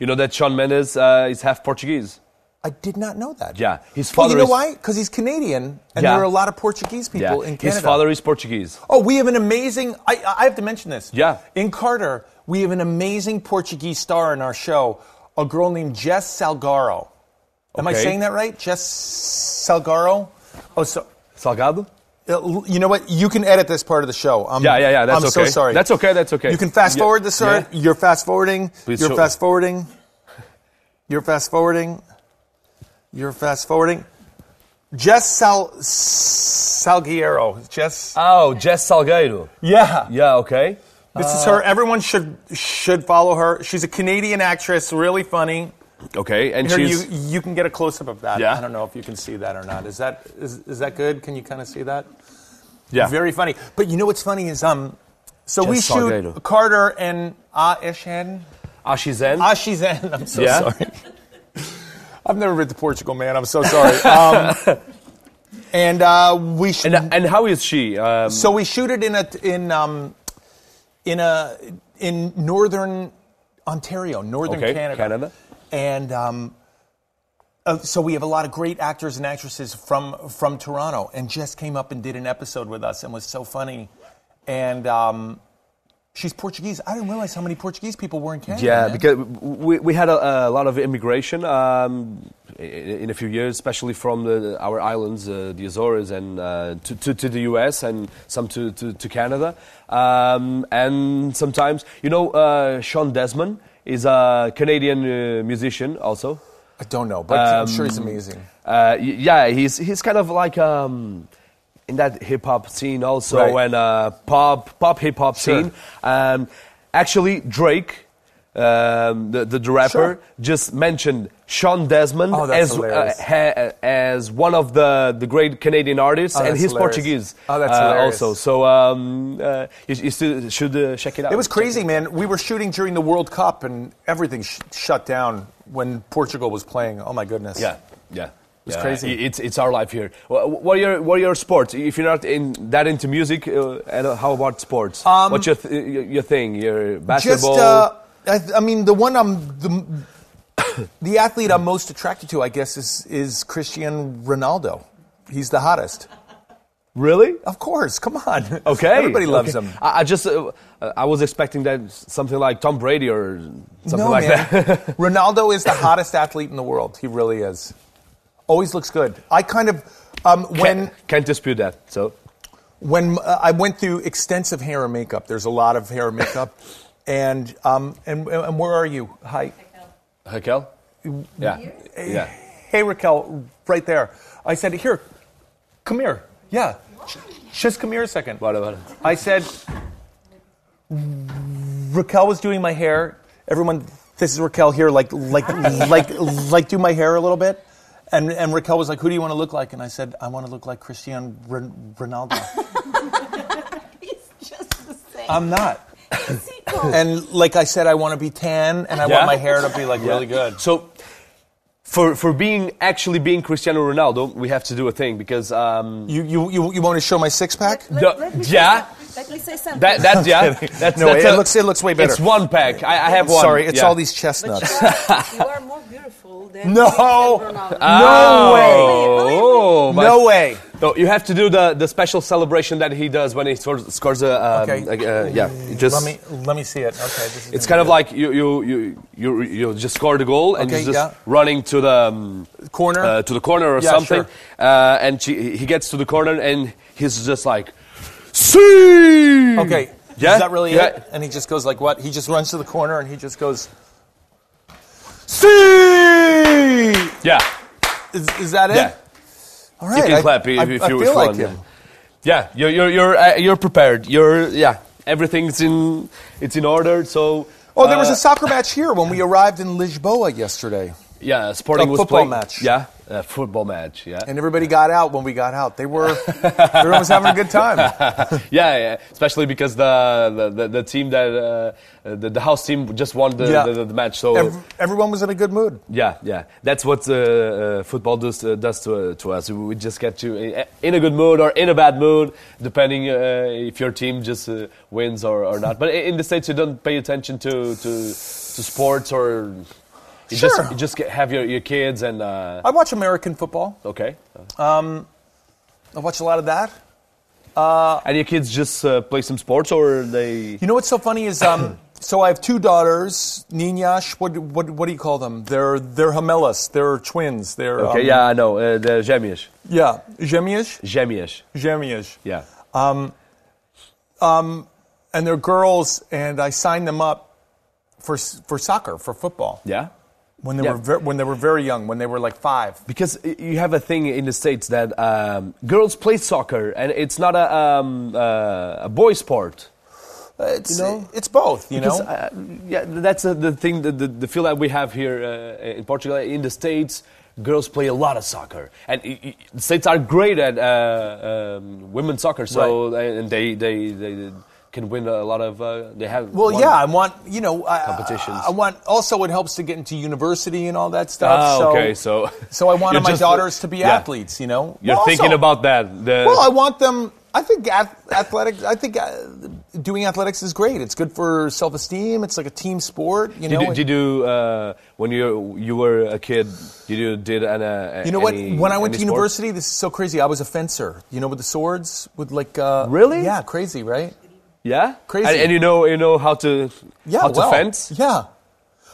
Speaker 3: You know that Sean Mendes uh, is half Portuguese.
Speaker 4: I did not know that.
Speaker 3: Yeah. His
Speaker 4: Well,
Speaker 3: father
Speaker 4: you know
Speaker 3: is.
Speaker 4: why? Because he's Canadian, and
Speaker 3: Yeah.
Speaker 4: there are a lot of Portuguese
Speaker 3: Yeah.
Speaker 4: people in Canada.
Speaker 3: His father is Portuguese.
Speaker 4: Oh, we have an amazing. I, I have to mention this.
Speaker 3: Yeah.
Speaker 4: In Carter, we have an amazing Portuguese star in our show, a girl named Jess Salgaro. Am I
Speaker 3: Okay.
Speaker 4: saying that right? Jess Salgaro? Oh, so.
Speaker 3: Salgado.
Speaker 4: You know what? You can edit this part of the show. I'm,
Speaker 3: Yeah, yeah, yeah, that's
Speaker 4: I'm so
Speaker 3: okay.
Speaker 4: sorry.
Speaker 3: That's okay, that's okay.
Speaker 4: You can fast
Speaker 3: Yeah,
Speaker 4: forward this. Sir.
Speaker 3: yeah.
Speaker 4: You're fast forwarding.
Speaker 3: Please
Speaker 4: you're
Speaker 3: show-
Speaker 4: fast forwarding. You're fast forwarding. You're fast forwarding. Jess Sal Salguero. Jess.
Speaker 3: Oh, Jess Salgueiro.
Speaker 4: yeah.
Speaker 3: Yeah. Okay.
Speaker 4: This is
Speaker 3: Uh,
Speaker 4: her. Everyone should should follow her. She's a Canadian actress, really funny.
Speaker 3: Okay. And
Speaker 4: Here, you
Speaker 3: she's.
Speaker 4: you can get a close up of that.
Speaker 3: Yeah.
Speaker 4: I don't know if you can see that or not. Is that is, is that good? Can you kind of see that?
Speaker 3: yeah.
Speaker 4: Very funny. But you know what's funny is um, so we
Speaker 3: Jess
Speaker 4: shoot
Speaker 3: Salgado.
Speaker 4: Carter and Ah Ishan.
Speaker 3: Ah, she's in.
Speaker 4: Ah, she's in. I'm so
Speaker 3: Yeah.
Speaker 4: sorry. I've never been to Portugal, man. I'm so sorry. Um, and uh, we should.
Speaker 3: and, and how is she? Um,
Speaker 4: So we shoot it in a in um, in a in northern Ontario, northern
Speaker 3: okay.
Speaker 4: Canada,
Speaker 3: Canada.
Speaker 4: and um, uh, so we have a lot of great actors and actresses from from Toronto. And Jess came up and did an episode with us and was so funny, and. Um, She's Portuguese. I didn't realize how many Portuguese people were in Canada.
Speaker 3: Yeah,
Speaker 4: man.
Speaker 3: because we, we had a, a lot of immigration um, i- in a few years, especially from the, our islands, uh, the Azores, and uh, to, to, to the US and some to, to, to Canada. Um, and sometimes, you know, uh, Sean Desmond is a Canadian uh, musician also.
Speaker 4: I don't know, but I'm sure it's amazing.
Speaker 3: Uh, y- yeah, he's he's kind of like um, in that hip hop scene also
Speaker 4: Right.
Speaker 3: and uh, pop pop hip hop
Speaker 4: Sure.
Speaker 3: scene. Um, actually, Drake, um, the, the the rapper,
Speaker 4: Sure.
Speaker 3: just mentioned Sean Desmond
Speaker 4: Oh, that's
Speaker 3: as uh,
Speaker 4: hilarious.
Speaker 3: ha, as one of the, the great Canadian artists,
Speaker 4: Oh,
Speaker 3: and
Speaker 4: that's
Speaker 3: he's
Speaker 4: hilarious.
Speaker 3: Portuguese
Speaker 4: Oh, that's
Speaker 3: uh,
Speaker 4: hilarious.
Speaker 3: also. So um, uh, you, you should, should uh, check it out.
Speaker 4: It was
Speaker 3: Check
Speaker 4: crazy, man. We were shooting during the World Cup, and everything sh- shut down when Portugal was playing. Oh my goodness!
Speaker 3: Yeah, yeah.
Speaker 4: It's
Speaker 3: Yeah,
Speaker 4: crazy.
Speaker 3: i- It's it's our life here. Wha- What are your what are your sports? If you're not in that into music, uh, and how about sports?
Speaker 4: Um,
Speaker 3: What's your th- your your thing? Your basketball?
Speaker 4: Just, uh, I, I mean, the one I'm the, the athlete I'm most attracted to, I guess, is is Cristiano Ronaldo. He's the hottest.
Speaker 3: really?
Speaker 4: Of course, come on.
Speaker 3: Okay.
Speaker 4: everybody loves
Speaker 3: okay.
Speaker 4: him.
Speaker 3: I, I just uh, uh, I was expecting that s- something like Tom Brady or something
Speaker 4: no
Speaker 3: like
Speaker 4: man,
Speaker 3: that.
Speaker 4: Ronaldo is the hottest athlete in the world. He really is. Always looks good. I kind of um, when
Speaker 3: can't, can't dispute that. So
Speaker 4: when uh, I went through extensive hair and makeup, there's a lot of hair and makeup, and um, and and where are you? Hi,
Speaker 3: Raquel. Yeah. Yeah.
Speaker 4: hey Raquel, right there. I said, here, come here. Yeah, Sh- just come here a second.
Speaker 3: What about it?
Speaker 4: I said, Raquel was doing my hair. Everyone, this is Raquel here. Like, like, like, like, do my hair a little bit. And and Raquel was like, who do you want to look like? And I said, I want to look like Cristiano Ron- Ronaldo.
Speaker 5: He's just the same.
Speaker 4: I'm not.
Speaker 5: Sequel.
Speaker 4: And like I said, I want to be tan, and I
Speaker 3: Yeah?
Speaker 4: want my hair to be like really good.
Speaker 3: So, for for being actually being Cristiano Ronaldo, we have to do a thing because um,
Speaker 4: You you you, you want to show my six pack?
Speaker 5: Let-
Speaker 3: the-
Speaker 5: let me say
Speaker 3: yeah.
Speaker 5: some- Let me say something.
Speaker 3: That, that's yeah.
Speaker 4: kidding.
Speaker 3: That's,
Speaker 4: No,
Speaker 3: that's
Speaker 4: it looks- it looks way better.
Speaker 3: It's one pack. I, I have one.
Speaker 4: Sorry, it's
Speaker 3: Yeah.
Speaker 4: all these
Speaker 5: but
Speaker 4: chestnuts.
Speaker 5: you are, you are more beautiful than
Speaker 4: No.
Speaker 5: Cristiano Ronaldo.
Speaker 4: No way.
Speaker 5: Believe me, believe me.
Speaker 3: Oh, my-
Speaker 4: No way.
Speaker 3: No, you have to do the, the special celebration that he does when he sort of scores a. Um,
Speaker 4: Okay.
Speaker 3: like, uh, yeah. it Just,
Speaker 4: let me let me see it. Okay, this is
Speaker 3: it's kind
Speaker 4: gonna
Speaker 3: of like you you you you, you just score the goal and
Speaker 4: Okay,
Speaker 3: he's just
Speaker 4: yeah.
Speaker 3: running to the um,
Speaker 4: Corner?
Speaker 3: uh, to the corner or
Speaker 4: Yeah,
Speaker 3: something,
Speaker 4: sure.
Speaker 3: uh, and she, he gets to the corner and he's just like, see.
Speaker 4: be- okay.
Speaker 3: Yeah,
Speaker 4: Is that really
Speaker 3: yeah.
Speaker 4: it? And he just goes like what? He just runs to the corner and he just goes.
Speaker 3: See. Yeah.
Speaker 4: Is, is that it?
Speaker 3: Yeah.
Speaker 4: All right.
Speaker 3: You can
Speaker 4: I-
Speaker 3: clap if,
Speaker 4: I-
Speaker 3: if
Speaker 4: I
Speaker 3: you
Speaker 4: feel
Speaker 3: respond.
Speaker 4: like him.
Speaker 3: yeah. yeah, you're you're you're, uh, you're prepared. You're yeah. Everything's in it's in order. So
Speaker 4: Oh, there was
Speaker 3: uh,
Speaker 4: a soccer match here when we arrived in Lisboa yesterday,
Speaker 3: yeah Sporting
Speaker 4: a
Speaker 3: was
Speaker 4: football
Speaker 3: playing-
Speaker 4: match.
Speaker 3: Yeah, a football match. Yeah.
Speaker 4: and everybody got out when we got out. They were everyone was having a good time.
Speaker 3: yeah, yeah, especially because the the, the, the team that uh, uh, the, the house team just won the,
Speaker 4: Yeah.
Speaker 3: the, the match. So
Speaker 4: Ev- everyone was in a good mood.
Speaker 3: yeah, yeah, that's what uh, uh, football does uh, does to, uh, to us. We just get you in- in a good mood or in a bad mood, depending uh, if your team just uh, wins or, or not. But i- in the states, you don't pay attention to to, to sports or. You
Speaker 4: Sure.
Speaker 3: just you just get, have your, your kids and uh,
Speaker 4: I watch American football.
Speaker 3: okay,
Speaker 4: I watch a lot of that.
Speaker 3: and your kids just uh, play some sports or they
Speaker 4: You know what's so funny is um, so I have two daughters, Ninash. What, what what do you call them? They're they're gemelas. They're twins. They're
Speaker 3: okay
Speaker 4: um,
Speaker 3: yeah I know uh, the gêmeas
Speaker 4: yeah gêmeas
Speaker 3: gêmeas
Speaker 4: gêmeas.
Speaker 3: yeah
Speaker 4: And they're girls, and I signed them up for s- for soccer for football
Speaker 3: yeah
Speaker 4: when they
Speaker 3: Yeah.
Speaker 4: were ver- when they were very young, when they were like five.
Speaker 3: because y- you have a thing in the states that um, girls play soccer and it's not a, um, uh, a boy sport.
Speaker 4: It's it's both. You
Speaker 3: Because,
Speaker 4: know,
Speaker 3: uh, yeah, that's uh, the thing, the, the, the feel that we have here uh, in Portugal. In the states, girls play a lot of soccer, and i i the states are great at uh, um, women's soccer. So and they they, they can win a lot of. Uh, they have
Speaker 4: Well,
Speaker 3: won-
Speaker 4: yeah, I want you know I,
Speaker 3: Competitions.
Speaker 4: I, I want also it helps to get into university and all that stuff.
Speaker 3: Ah,
Speaker 4: so,
Speaker 3: okay, so-
Speaker 4: so I wanted
Speaker 3: You're
Speaker 4: my
Speaker 3: just-
Speaker 4: daughters to be
Speaker 3: yeah.
Speaker 4: athletes. You know,
Speaker 3: You're
Speaker 4: Well,
Speaker 3: thinking
Speaker 4: also-
Speaker 3: about that. The,
Speaker 4: Well, I want them. I think ath- athletics. I think uh, doing athletics is great. It's good for self esteem. It's like a team sport. You know.
Speaker 3: did, you- did you uh, when you you were a kid? Did you did an, uh,
Speaker 4: You know what?
Speaker 3: any-
Speaker 4: When I went to
Speaker 3: any sport?
Speaker 4: university, this is so crazy. I was a fencer. You know, with the swords, with like uh,
Speaker 3: Really?
Speaker 4: Yeah, crazy, right?
Speaker 3: Yeah,
Speaker 4: Crazy.
Speaker 3: And, and you know, you know how to,
Speaker 4: Yeah,
Speaker 3: how to
Speaker 4: well,
Speaker 3: fence.
Speaker 4: Yeah,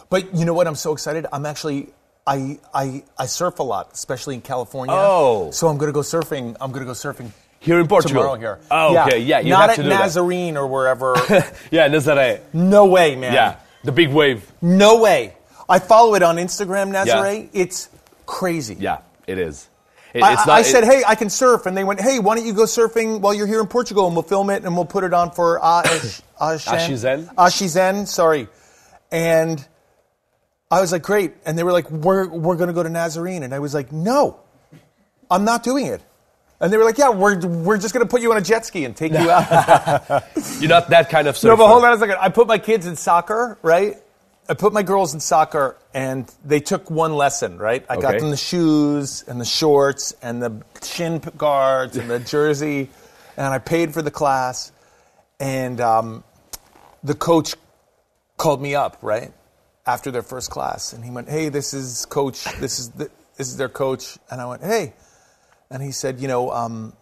Speaker 4: but you know what? I'm so excited. I'm actually I I I surf a lot, especially in California.
Speaker 3: Oh.
Speaker 4: so I'm gonna go surfing. I'm gonna go surfing
Speaker 3: Here in Portugal.
Speaker 4: tomorrow here.
Speaker 3: Oh, okay. Yeah, you
Speaker 4: not
Speaker 3: have to
Speaker 4: at
Speaker 3: do that.
Speaker 4: Nazarene or wherever.
Speaker 3: Yeah, Nazaré.
Speaker 4: no way, man.
Speaker 3: Yeah, the big wave.
Speaker 4: no way. I follow it on Instagram, Nazare. It's crazy.
Speaker 3: Yeah, it is. It-
Speaker 4: I,
Speaker 3: it's
Speaker 4: I- I
Speaker 3: it-
Speaker 4: said, hey, I can surf, and they went, hey, why don't you go surfing while you're here in Portugal, and we'll film it, and we'll put it on for uh, Ash, Ashizen.
Speaker 3: Ashizen?
Speaker 4: Ashizen, sorry. And I was like, great. And they were like, we're we're gonna go to Nazarene, and I was like, no, I'm not doing it. And they were like, yeah, we're we're just gonna put you on a jet ski and take you out.
Speaker 3: you're not that kind of surfer.
Speaker 4: No, but hold on a second. I put my kids in soccer, right? I put my girls in soccer, and they took one lesson, right? I got
Speaker 3: Okay.
Speaker 4: them the shoes and the shorts and the shin p- guards and the jersey, and I paid for the class. And um, the coach called me up, right? After their first class, and he went, "Hey, this is coach. This is the, this is their coach." And I went, "Hey," and he said, "You know, um,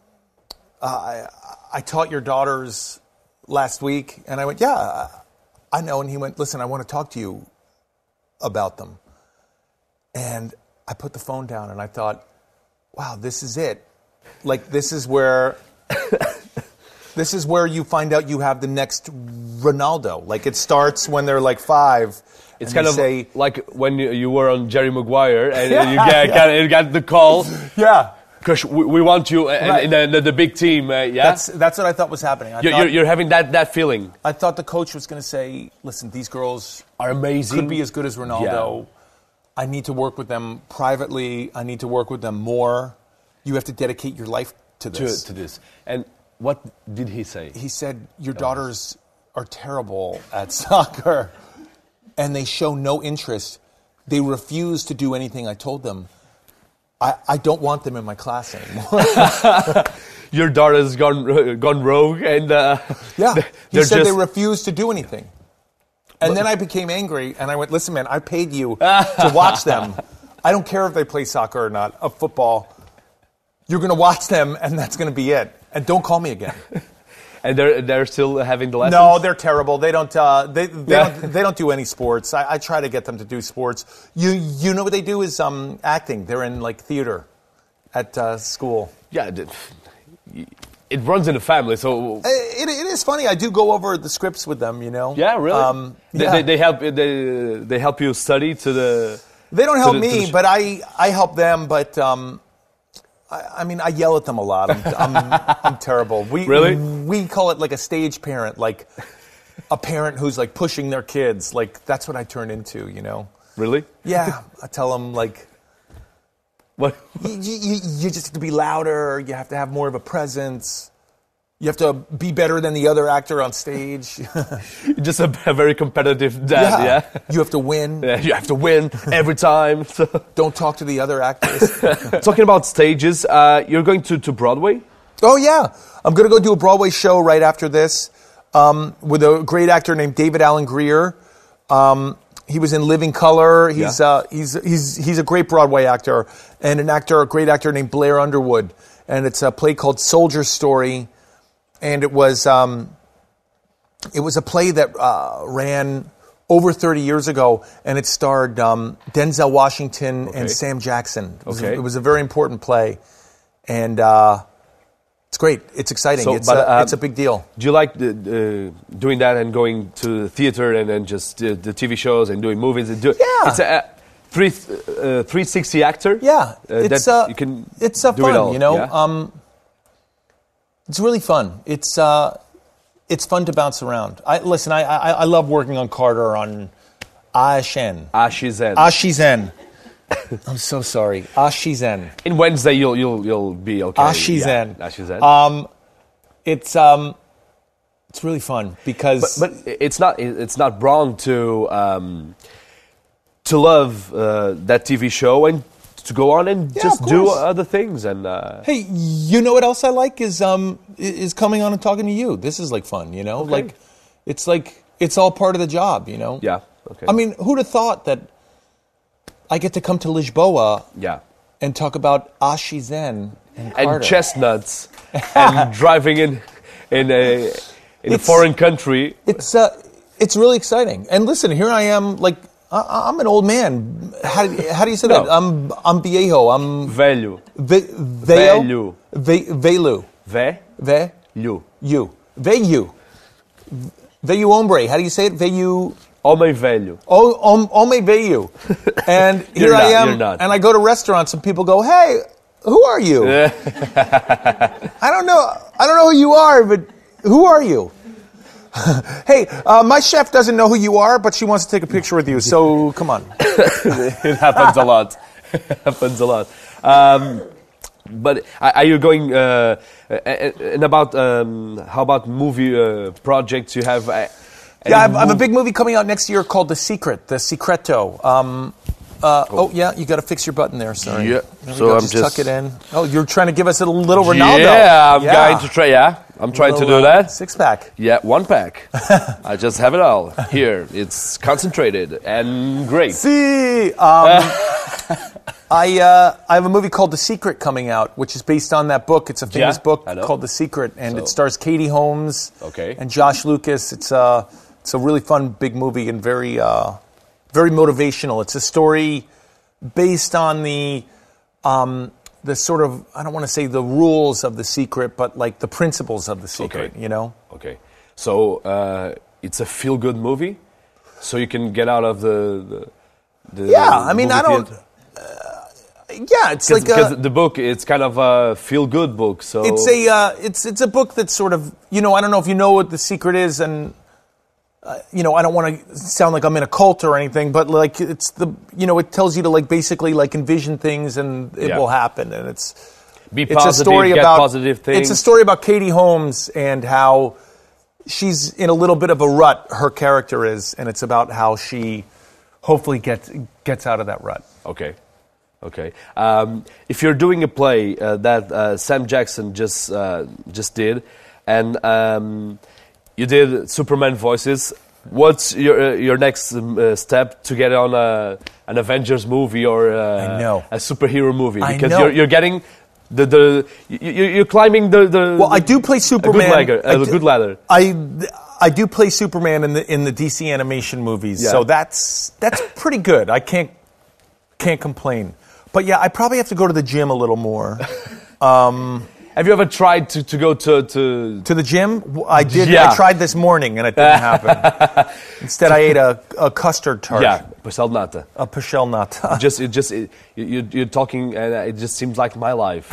Speaker 4: I I taught your daughters last week, and I went, yeah, I know. And he went, listen, I want to talk to you about them. And I put the phone down, and I thought, wow, this is it. Like this is where. This is where you find out you have the next Ronaldo. Like it starts when they're like five.
Speaker 3: It's
Speaker 4: and
Speaker 3: kind
Speaker 4: they
Speaker 3: of
Speaker 4: say,
Speaker 3: like when you, you were on Jerry Maguire and
Speaker 4: Yeah,
Speaker 3: you, get,
Speaker 4: yeah.
Speaker 3: you got the call.
Speaker 4: yeah.
Speaker 3: Crush, we, we want you and,
Speaker 4: Right.
Speaker 3: and the, the, the big team. Uh, yeah,
Speaker 4: That's that's what I thought was happening. I,
Speaker 3: you're,
Speaker 4: thought,
Speaker 3: you're, you're having that, that feeling.
Speaker 4: I thought the coach was going to say, "Listen, these girls
Speaker 3: Are amazing.
Speaker 4: could be as good as Ronaldo. I need to work with them privately. I need to work with them more. You have to dedicate your life to
Speaker 3: to,
Speaker 4: this.
Speaker 3: to this. And what did he say?
Speaker 4: He said, Your daughters are terrible at soccer and they show no interest. They refuse to do anything I told them. I, I don't want them in my class anymore.
Speaker 3: Your daughter's gone ro- gone rogue, and uh,
Speaker 4: yeah. He
Speaker 3: they're
Speaker 4: said
Speaker 3: just
Speaker 4: they refuse to do anything. And then I became angry and I went, Listen, man, I paid you to watch them. I don't care if they play soccer or not, of football. You're going to watch them, and that's going to be it. And don't call me again.
Speaker 3: And they're they're still having the lessons.
Speaker 4: No, they're terrible. They don't. Uh, they they,
Speaker 3: Yeah.
Speaker 4: don't, they don't do any sports. I, I try to get them to do sports. You you know what they do is um, acting. They're in like theater at uh, school.
Speaker 3: yeah. d- It runs in the family, so
Speaker 4: I- It, it is funny. I do go over the scripts with them. You know.
Speaker 3: yeah, really.
Speaker 4: Um,
Speaker 3: They-
Speaker 4: yeah.
Speaker 3: They, they help they, they help you study to the.
Speaker 4: They don't help
Speaker 3: the- to the
Speaker 4: me,
Speaker 3: sh-
Speaker 4: but I, I help them. But um, I, I mean, I yell at them a lot. I'm, I'm, I'm terrible. We
Speaker 3: Really?
Speaker 4: we call it like a stage parent, like a parent who's like pushing their kids. Like that's what I turn into, you know.
Speaker 3: Really?
Speaker 4: Yeah, I tell them like
Speaker 3: What?
Speaker 4: you, you, you just have to be louder. You have to have more of a presence. You have to be better than the other actor on stage.
Speaker 3: Just a, a very competitive dad. Yeah.
Speaker 4: You have to win.
Speaker 3: Yeah, You have to win every time. So.
Speaker 4: Don't talk to the other actors.
Speaker 3: Talking about stages, uh, you're going to, to Broadway.
Speaker 4: Oh yeah, I'm gonna go do a Broadway show right after this um, with a great actor named David Allen Greer. Um, he was in Living Color. He's
Speaker 3: Yeah.
Speaker 4: uh, he's he's he's a great Broadway actor and an actor, a great actor named Blair Underwood. And it's a play called Soldier Story, and it was um, it was a play that uh, ran over 30 years ago, and it starred um, Denzel Washington
Speaker 3: Okay.
Speaker 4: and Sam Jackson. It was, a,
Speaker 3: Okay.
Speaker 4: it was a very important play, and. Uh, it's great. It's exciting.
Speaker 3: So,
Speaker 4: it's,
Speaker 3: but,
Speaker 4: a,
Speaker 3: uh,
Speaker 4: it's a big deal.
Speaker 3: Do you like the, uh, doing that and going to the theater and then just uh, the TV shows and doing movies? And do,
Speaker 4: Yeah.
Speaker 3: It's a, uh, three, uh, 360 actor.
Speaker 4: Yeah,
Speaker 3: Uh,
Speaker 4: it's
Speaker 3: that
Speaker 4: uh,
Speaker 3: you can
Speaker 4: it's uh,
Speaker 3: do
Speaker 4: fun.
Speaker 3: it all,
Speaker 4: you know,
Speaker 3: yeah?
Speaker 4: um, it's really fun. It's uh, it's fun to bounce around. I listen. I I, I love working on Carter on Ashen.
Speaker 3: Ashes and
Speaker 4: Ashizen. I'm so sorry. Ashizen.
Speaker 3: in Wednesday you'll you'll you'll be okay.
Speaker 4: Ashes and.
Speaker 3: Yeah, Ashes and.
Speaker 4: Um, it's um, it's really fun because
Speaker 3: but, but it's not it's not wrong to um, to love uh, that TV show and to go on and
Speaker 4: Yeah,
Speaker 3: just
Speaker 4: of
Speaker 3: do
Speaker 4: course.
Speaker 3: other things and. Uh,
Speaker 4: Hey, you know what else I like is um i- is coming on and talking to you. This is like fun, you know? Like it's like it's all part of the job, you know?
Speaker 3: Yeah, okay.
Speaker 4: I mean, who'd have thought that I get to come to Lisboa
Speaker 3: Yeah.
Speaker 4: and talk about Ashi Zen and Carter?
Speaker 3: And chestnuts and driving in in a in a
Speaker 4: It's-
Speaker 3: foreign country.
Speaker 4: It's uh it's really exciting. And listen, here I am like I, I'm an old man. How, how do you say
Speaker 3: No.
Speaker 4: that? I'm I'm viejo. I'm
Speaker 3: Velho.
Speaker 4: ve, veo,
Speaker 3: Velho.
Speaker 4: ve, velu.
Speaker 3: Velho.
Speaker 4: Ve You. Veyu. Veyu hombre. How do you say it? Veyu.
Speaker 3: Homem velho.
Speaker 4: Oh, om, hombre veyu. And here
Speaker 3: You're
Speaker 4: I
Speaker 3: not,
Speaker 4: am.
Speaker 3: you're not.
Speaker 4: And I go to restaurants and people go, hey, who are you? I don't know. I don't know who you are, but who are you? hey, uh, my chef doesn't know who you are, but she wants to take a picture with you. So come on.
Speaker 3: It happens a lot. It happens a lot. Um, but are are you going? Uh, uh, and about um, how about movie uh, projects you have? uh,
Speaker 4: Yeah, I
Speaker 3: any
Speaker 4: have, I have a
Speaker 3: mov-
Speaker 4: big movie coming out next year called The Secret, The Secreto. Um, uh, oh. yeah, you got to fix your button there. Sorry.
Speaker 6: Yeah,
Speaker 4: There we
Speaker 6: so
Speaker 4: go,
Speaker 6: I'm
Speaker 4: tuck
Speaker 6: just-
Speaker 4: it in. Oh, you're trying to give us a little Ronaldo. uh,
Speaker 6: Yeah, I'm going to try. Yeah, I'm trying to do that.
Speaker 4: Six pack.
Speaker 6: Yeah, one pack. I just have it all here. It's concentrated and great.
Speaker 4: See, um, I uh, I have a movie called The Secret coming out, which is based on that book. It's a famous
Speaker 6: Yeah,
Speaker 4: book
Speaker 6: I know.
Speaker 4: called The Secret, and
Speaker 6: So-
Speaker 4: it stars Katie Holmes
Speaker 6: Okay.
Speaker 4: and Josh Lucas. It's a it's a really fun big movie and very uh, very motivational. It's a story based on the um, the sort of I don't want to say the rules of The Secret, but like the principles of The Secret.
Speaker 6: Okay.
Speaker 4: You know.
Speaker 6: Okay.
Speaker 3: So uh, it's a feel-good movie, so you can get out of the. the, the
Speaker 4: Yeah, I mean,
Speaker 3: movie
Speaker 4: I don't.
Speaker 3: theater.
Speaker 4: Yeah, it's like
Speaker 3: because
Speaker 4: a,
Speaker 3: the book it's kind of a feel good book so
Speaker 4: It's a uh, it's it's a book that's sort of you know I don't know if you know what the secret is and uh, you know I don't want to sound like I'm in a cult or anything but like it's the you know it tells you to like basically like envision things and it
Speaker 3: Yeah.
Speaker 4: will happen and it's
Speaker 3: be
Speaker 4: it's
Speaker 3: positive
Speaker 4: a story
Speaker 3: get
Speaker 4: about
Speaker 3: positive things
Speaker 4: it's a story about Katie Holmes and how she's in a little bit of a rut her character is and it's about how she hopefully gets gets out of that rut.
Speaker 3: okay okay um, if you're doing a play uh, that uh, Sam Jackson just uh, just did and um, you did Superman voices what's your uh, your next um, uh, step to get on a, an Avengers movie or uh,
Speaker 4: I know.
Speaker 3: a superhero movie
Speaker 4: I
Speaker 3: because
Speaker 4: know.
Speaker 3: you're you're getting The, the, you, you- you're climbing the, the.
Speaker 4: Well, I do play Superman.
Speaker 3: ladder, a
Speaker 4: I do-
Speaker 3: good ladder.
Speaker 4: I I do play Superman in the in the DC animation movies,
Speaker 3: Yeah.
Speaker 4: so that's that's pretty good. I can't can't complain. But yeah, I probably have to go to the gym a little more.
Speaker 3: Have you ever tried to, to go to, to
Speaker 4: to the gym, W- I did.
Speaker 3: Yeah.
Speaker 4: I tried this morning and it didn't happen. Instead, I ate a, a custard tart,
Speaker 3: yeah, Pastel Nata?
Speaker 4: a pichel nut.
Speaker 3: Just, it just, it, you- you, you're talking, and uh, it just seems like my life.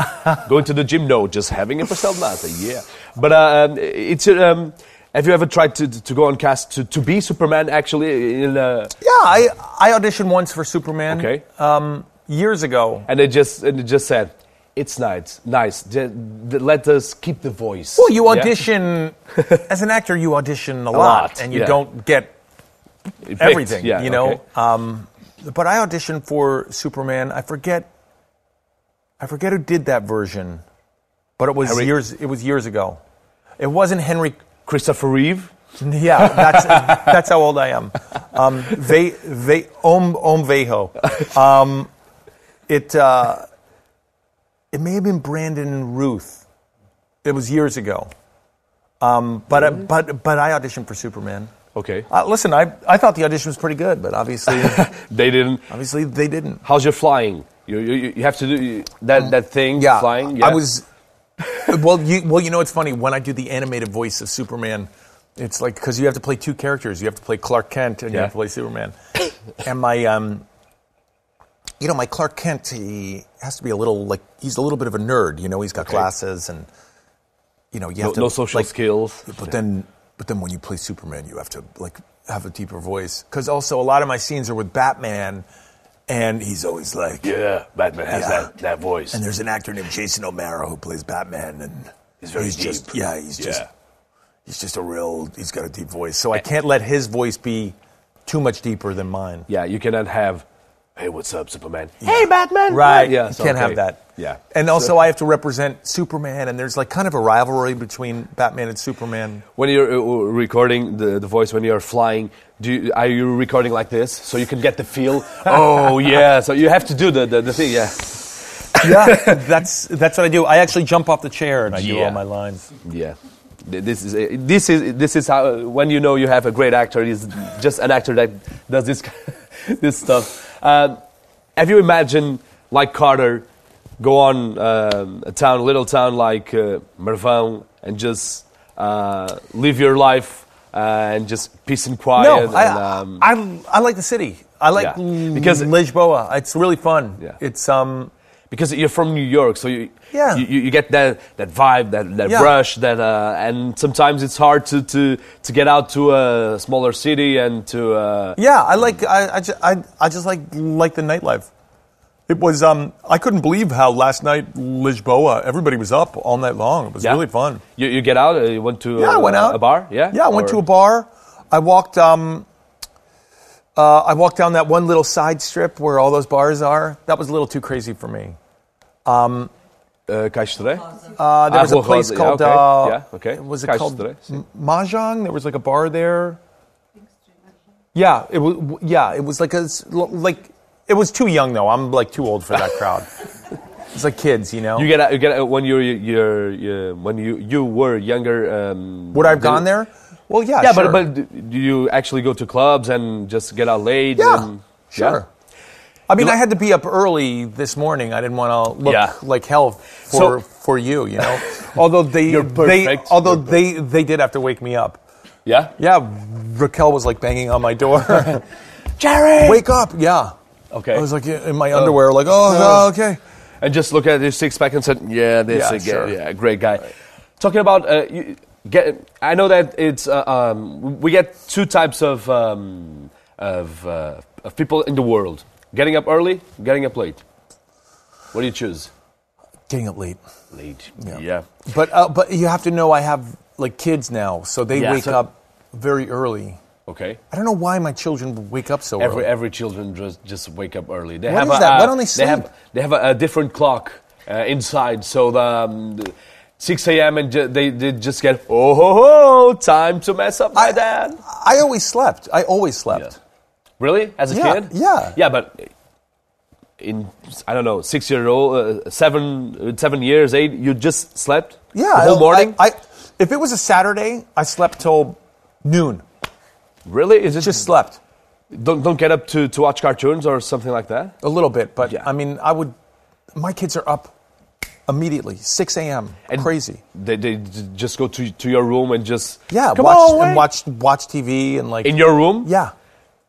Speaker 3: Going to the gym, no, just having a Pastel Nata, yeah. But uh, um, it's, uh, um, have you ever tried to, to go on cast to, to be Superman actually in, uh,
Speaker 4: yeah, I I auditioned once for Superman.
Speaker 3: Okay.
Speaker 4: Um, years ago.
Speaker 3: and it just, and it just said, it's nice, nice. ju- th- let us keep the voice.
Speaker 4: Well, you
Speaker 3: Yeah.
Speaker 4: audition as an actor. You audition a, lot,
Speaker 3: lot,
Speaker 4: and you
Speaker 3: yeah.
Speaker 4: don't get
Speaker 3: Picked,
Speaker 4: everything.
Speaker 3: yeah,
Speaker 4: you know.
Speaker 3: okay.
Speaker 4: Um, but I auditioned for Superman. I forget. I forget who did that version, but it was years. It was years ago. It wasn't Henry.
Speaker 3: Christopher Reeve.
Speaker 4: Yeah, that's that's how old I am. Um, ve, ve, om, om Vejo. Um, it uh, it may have been Brandon Ruth. It was years ago. Um, but I,
Speaker 3: Mm-hmm.
Speaker 4: but but I auditioned for Superman.
Speaker 3: Okay.
Speaker 4: Uh, listen, I, I thought the audition was pretty good, but obviously
Speaker 3: They didn't.
Speaker 4: obviously they didn't.
Speaker 3: How's your flying? You, you, you have to do that, that thing, flying?
Speaker 4: Mm. I was. Well, you well you know it's funny when I do the animated voice of Superman, it's like because you have to play two characters. You have to play Clark Kent and you
Speaker 3: Yeah.
Speaker 4: have to play Superman. and my um, you know my Clark Kent he has to be a little like he's a little bit of a nerd. You know he's got glasses and you know you have
Speaker 3: No,
Speaker 4: to
Speaker 3: no social
Speaker 4: like,
Speaker 3: skills.
Speaker 4: but then, but then when you play Superman, you have to like have a deeper voice because also a lot of my scenes are with Batman, and he's always like,
Speaker 3: Yeah, Batman has
Speaker 4: Yeah.
Speaker 3: that, that voice.
Speaker 4: and there's an actor named Jason O'Mara who plays Batman, and
Speaker 3: He's very deep.
Speaker 4: just yeah, he's just
Speaker 3: Yeah.
Speaker 4: he's just a real he's got a deep voice, so I can't let his voice be too much deeper than mine.
Speaker 3: yeah, you cannot have, hey, what's up, Superman?
Speaker 4: Hey, Batman! Right?
Speaker 3: Yeah,
Speaker 4: Yeah, you
Speaker 3: so,
Speaker 4: can't
Speaker 3: okay.
Speaker 4: have that.
Speaker 3: Yeah.
Speaker 4: and also I have to represent Superman, and there's like kind of a rivalry between Batman and Superman.
Speaker 3: When you're uh, recording the, the voice, when you're flying, do you, are you recording like this so you can get the feel? oh, yeah, so you have to do the, the, the thing, yeah.
Speaker 4: yeah, that's that's what I do. I actually jump off the chair and I do
Speaker 3: Yeah.
Speaker 4: all my lines.
Speaker 3: Yeah. Th- This is, uh, this is, this is how, uh, when you know you have a great actor, he's just an actor that does this, this stuff. Um, have you imagined, like Carter, go on um, a town, little town like uh, Mervão and just uh, live your life uh, and just peace and quiet?
Speaker 4: No,
Speaker 3: and,
Speaker 4: I,
Speaker 3: um,
Speaker 4: I I like the city. I like
Speaker 3: Yeah. Because-
Speaker 4: because Lisboa. It's really fun.
Speaker 3: Yeah.
Speaker 4: It's um
Speaker 3: because you're from New York, so you
Speaker 4: Yeah.
Speaker 3: you, you, you get that, that vibe, that, that
Speaker 4: Yeah.
Speaker 3: rush, that uh, and sometimes it's hard to, to, to get out to a smaller city and to uh,
Speaker 4: yeah. I like I I just, I, I just like like the nightlife. It was um I couldn't believe how last night Lisboa everybody was up all night long. It was
Speaker 3: Yeah.
Speaker 4: really fun.
Speaker 3: You, you get out. uh, You went to
Speaker 4: Yeah,
Speaker 3: uh,
Speaker 4: I went out
Speaker 3: a bar. Yeah,
Speaker 4: yeah. I went
Speaker 3: Or-
Speaker 4: to a bar. I walked. Um, uh, I walked down that one little side strip where all those bars are. That was a little too crazy for me.
Speaker 3: uh, Caixa de Tré?
Speaker 4: Uh, there
Speaker 3: Ah,
Speaker 4: was a
Speaker 3: Rua
Speaker 4: place
Speaker 3: Rosa, yeah,
Speaker 4: called.
Speaker 3: okay,
Speaker 4: uh,
Speaker 3: yeah, okay.
Speaker 4: Was it
Speaker 3: Caixa
Speaker 4: called Mm.
Speaker 3: Tre, sim.
Speaker 4: M- Mahjong? There was like a bar there. Yeah, it was. Yeah, it was like a s- l- like. It was too young though. I'm like too old for that crowd. it's like kids, you know.
Speaker 3: You get out, you get out when you're, you're, you when you you were younger. Um,
Speaker 4: Would I have
Speaker 3: did-
Speaker 4: gone there? Well, yeah.
Speaker 3: Yeah,
Speaker 4: sure.
Speaker 3: but but do you actually go to clubs and just get out late?
Speaker 4: yeah,
Speaker 3: and-
Speaker 4: sure. I mean,
Speaker 3: You
Speaker 4: I
Speaker 3: know-
Speaker 4: had to be up early this morning. I didn't want to look
Speaker 3: Yeah.
Speaker 4: like hell for for you, you know. although they they
Speaker 3: perfect.
Speaker 4: although
Speaker 3: You're
Speaker 4: they they did have to wake me up.
Speaker 3: Yeah, yeah.
Speaker 4: Yeah, Raquel was like banging on my door. Jerry! Wake up, yeah.
Speaker 3: Okay.
Speaker 4: I was like in my underwear, like, oh, yeah, okay.
Speaker 3: and just look at his six pack and said, "Yeah, this
Speaker 4: Yeah,
Speaker 3: again.
Speaker 4: sure.
Speaker 3: Yeah, great guy." Talking about uh, you, get, I know that it's uh, um, we get two types of um, of uh, of people in the world: getting up early, getting up late. What do you choose?
Speaker 4: Getting up late.
Speaker 3: Late.
Speaker 4: Yeah.
Speaker 3: yeah.
Speaker 4: But, uh, but you have to know I have like kids now, so they
Speaker 3: Yeah,
Speaker 4: wake
Speaker 3: so-
Speaker 4: up very early.
Speaker 3: Okay.
Speaker 4: I don't know why my children wake up so
Speaker 3: Every
Speaker 4: early.
Speaker 3: every children just just wake up early. They
Speaker 4: What
Speaker 3: have
Speaker 4: is
Speaker 3: a,
Speaker 4: that? Why
Speaker 3: uh,
Speaker 4: don't they
Speaker 3: have they have a, a different clock uh, inside, so the. Um, the 6 a.m. and ju- they, they just get oh ho ho time to mess up my
Speaker 4: I-
Speaker 3: dad.
Speaker 4: I always slept. I always slept.
Speaker 3: Really, as a
Speaker 4: Yeah,
Speaker 3: kid?
Speaker 4: yeah.
Speaker 3: Yeah, but in I don't know six year old uh, seven uh, seven years eight you just slept
Speaker 4: Yeah,
Speaker 3: the whole
Speaker 4: I-
Speaker 3: morning
Speaker 4: I, if it was a Saturday, I slept till noon.
Speaker 3: really is it
Speaker 4: Just slept
Speaker 3: don't don't get up to, to watch cartoons or something like that
Speaker 4: a little bit, but
Speaker 3: Yeah.
Speaker 4: I mean, I would. My kids are up immediately, 6 a.m. Crazy.
Speaker 3: they, they j- just go to to your room and just
Speaker 4: Yeah,
Speaker 3: come
Speaker 4: watch
Speaker 3: on, wait."
Speaker 4: and watch watch TV and like
Speaker 3: in your room
Speaker 4: yeah.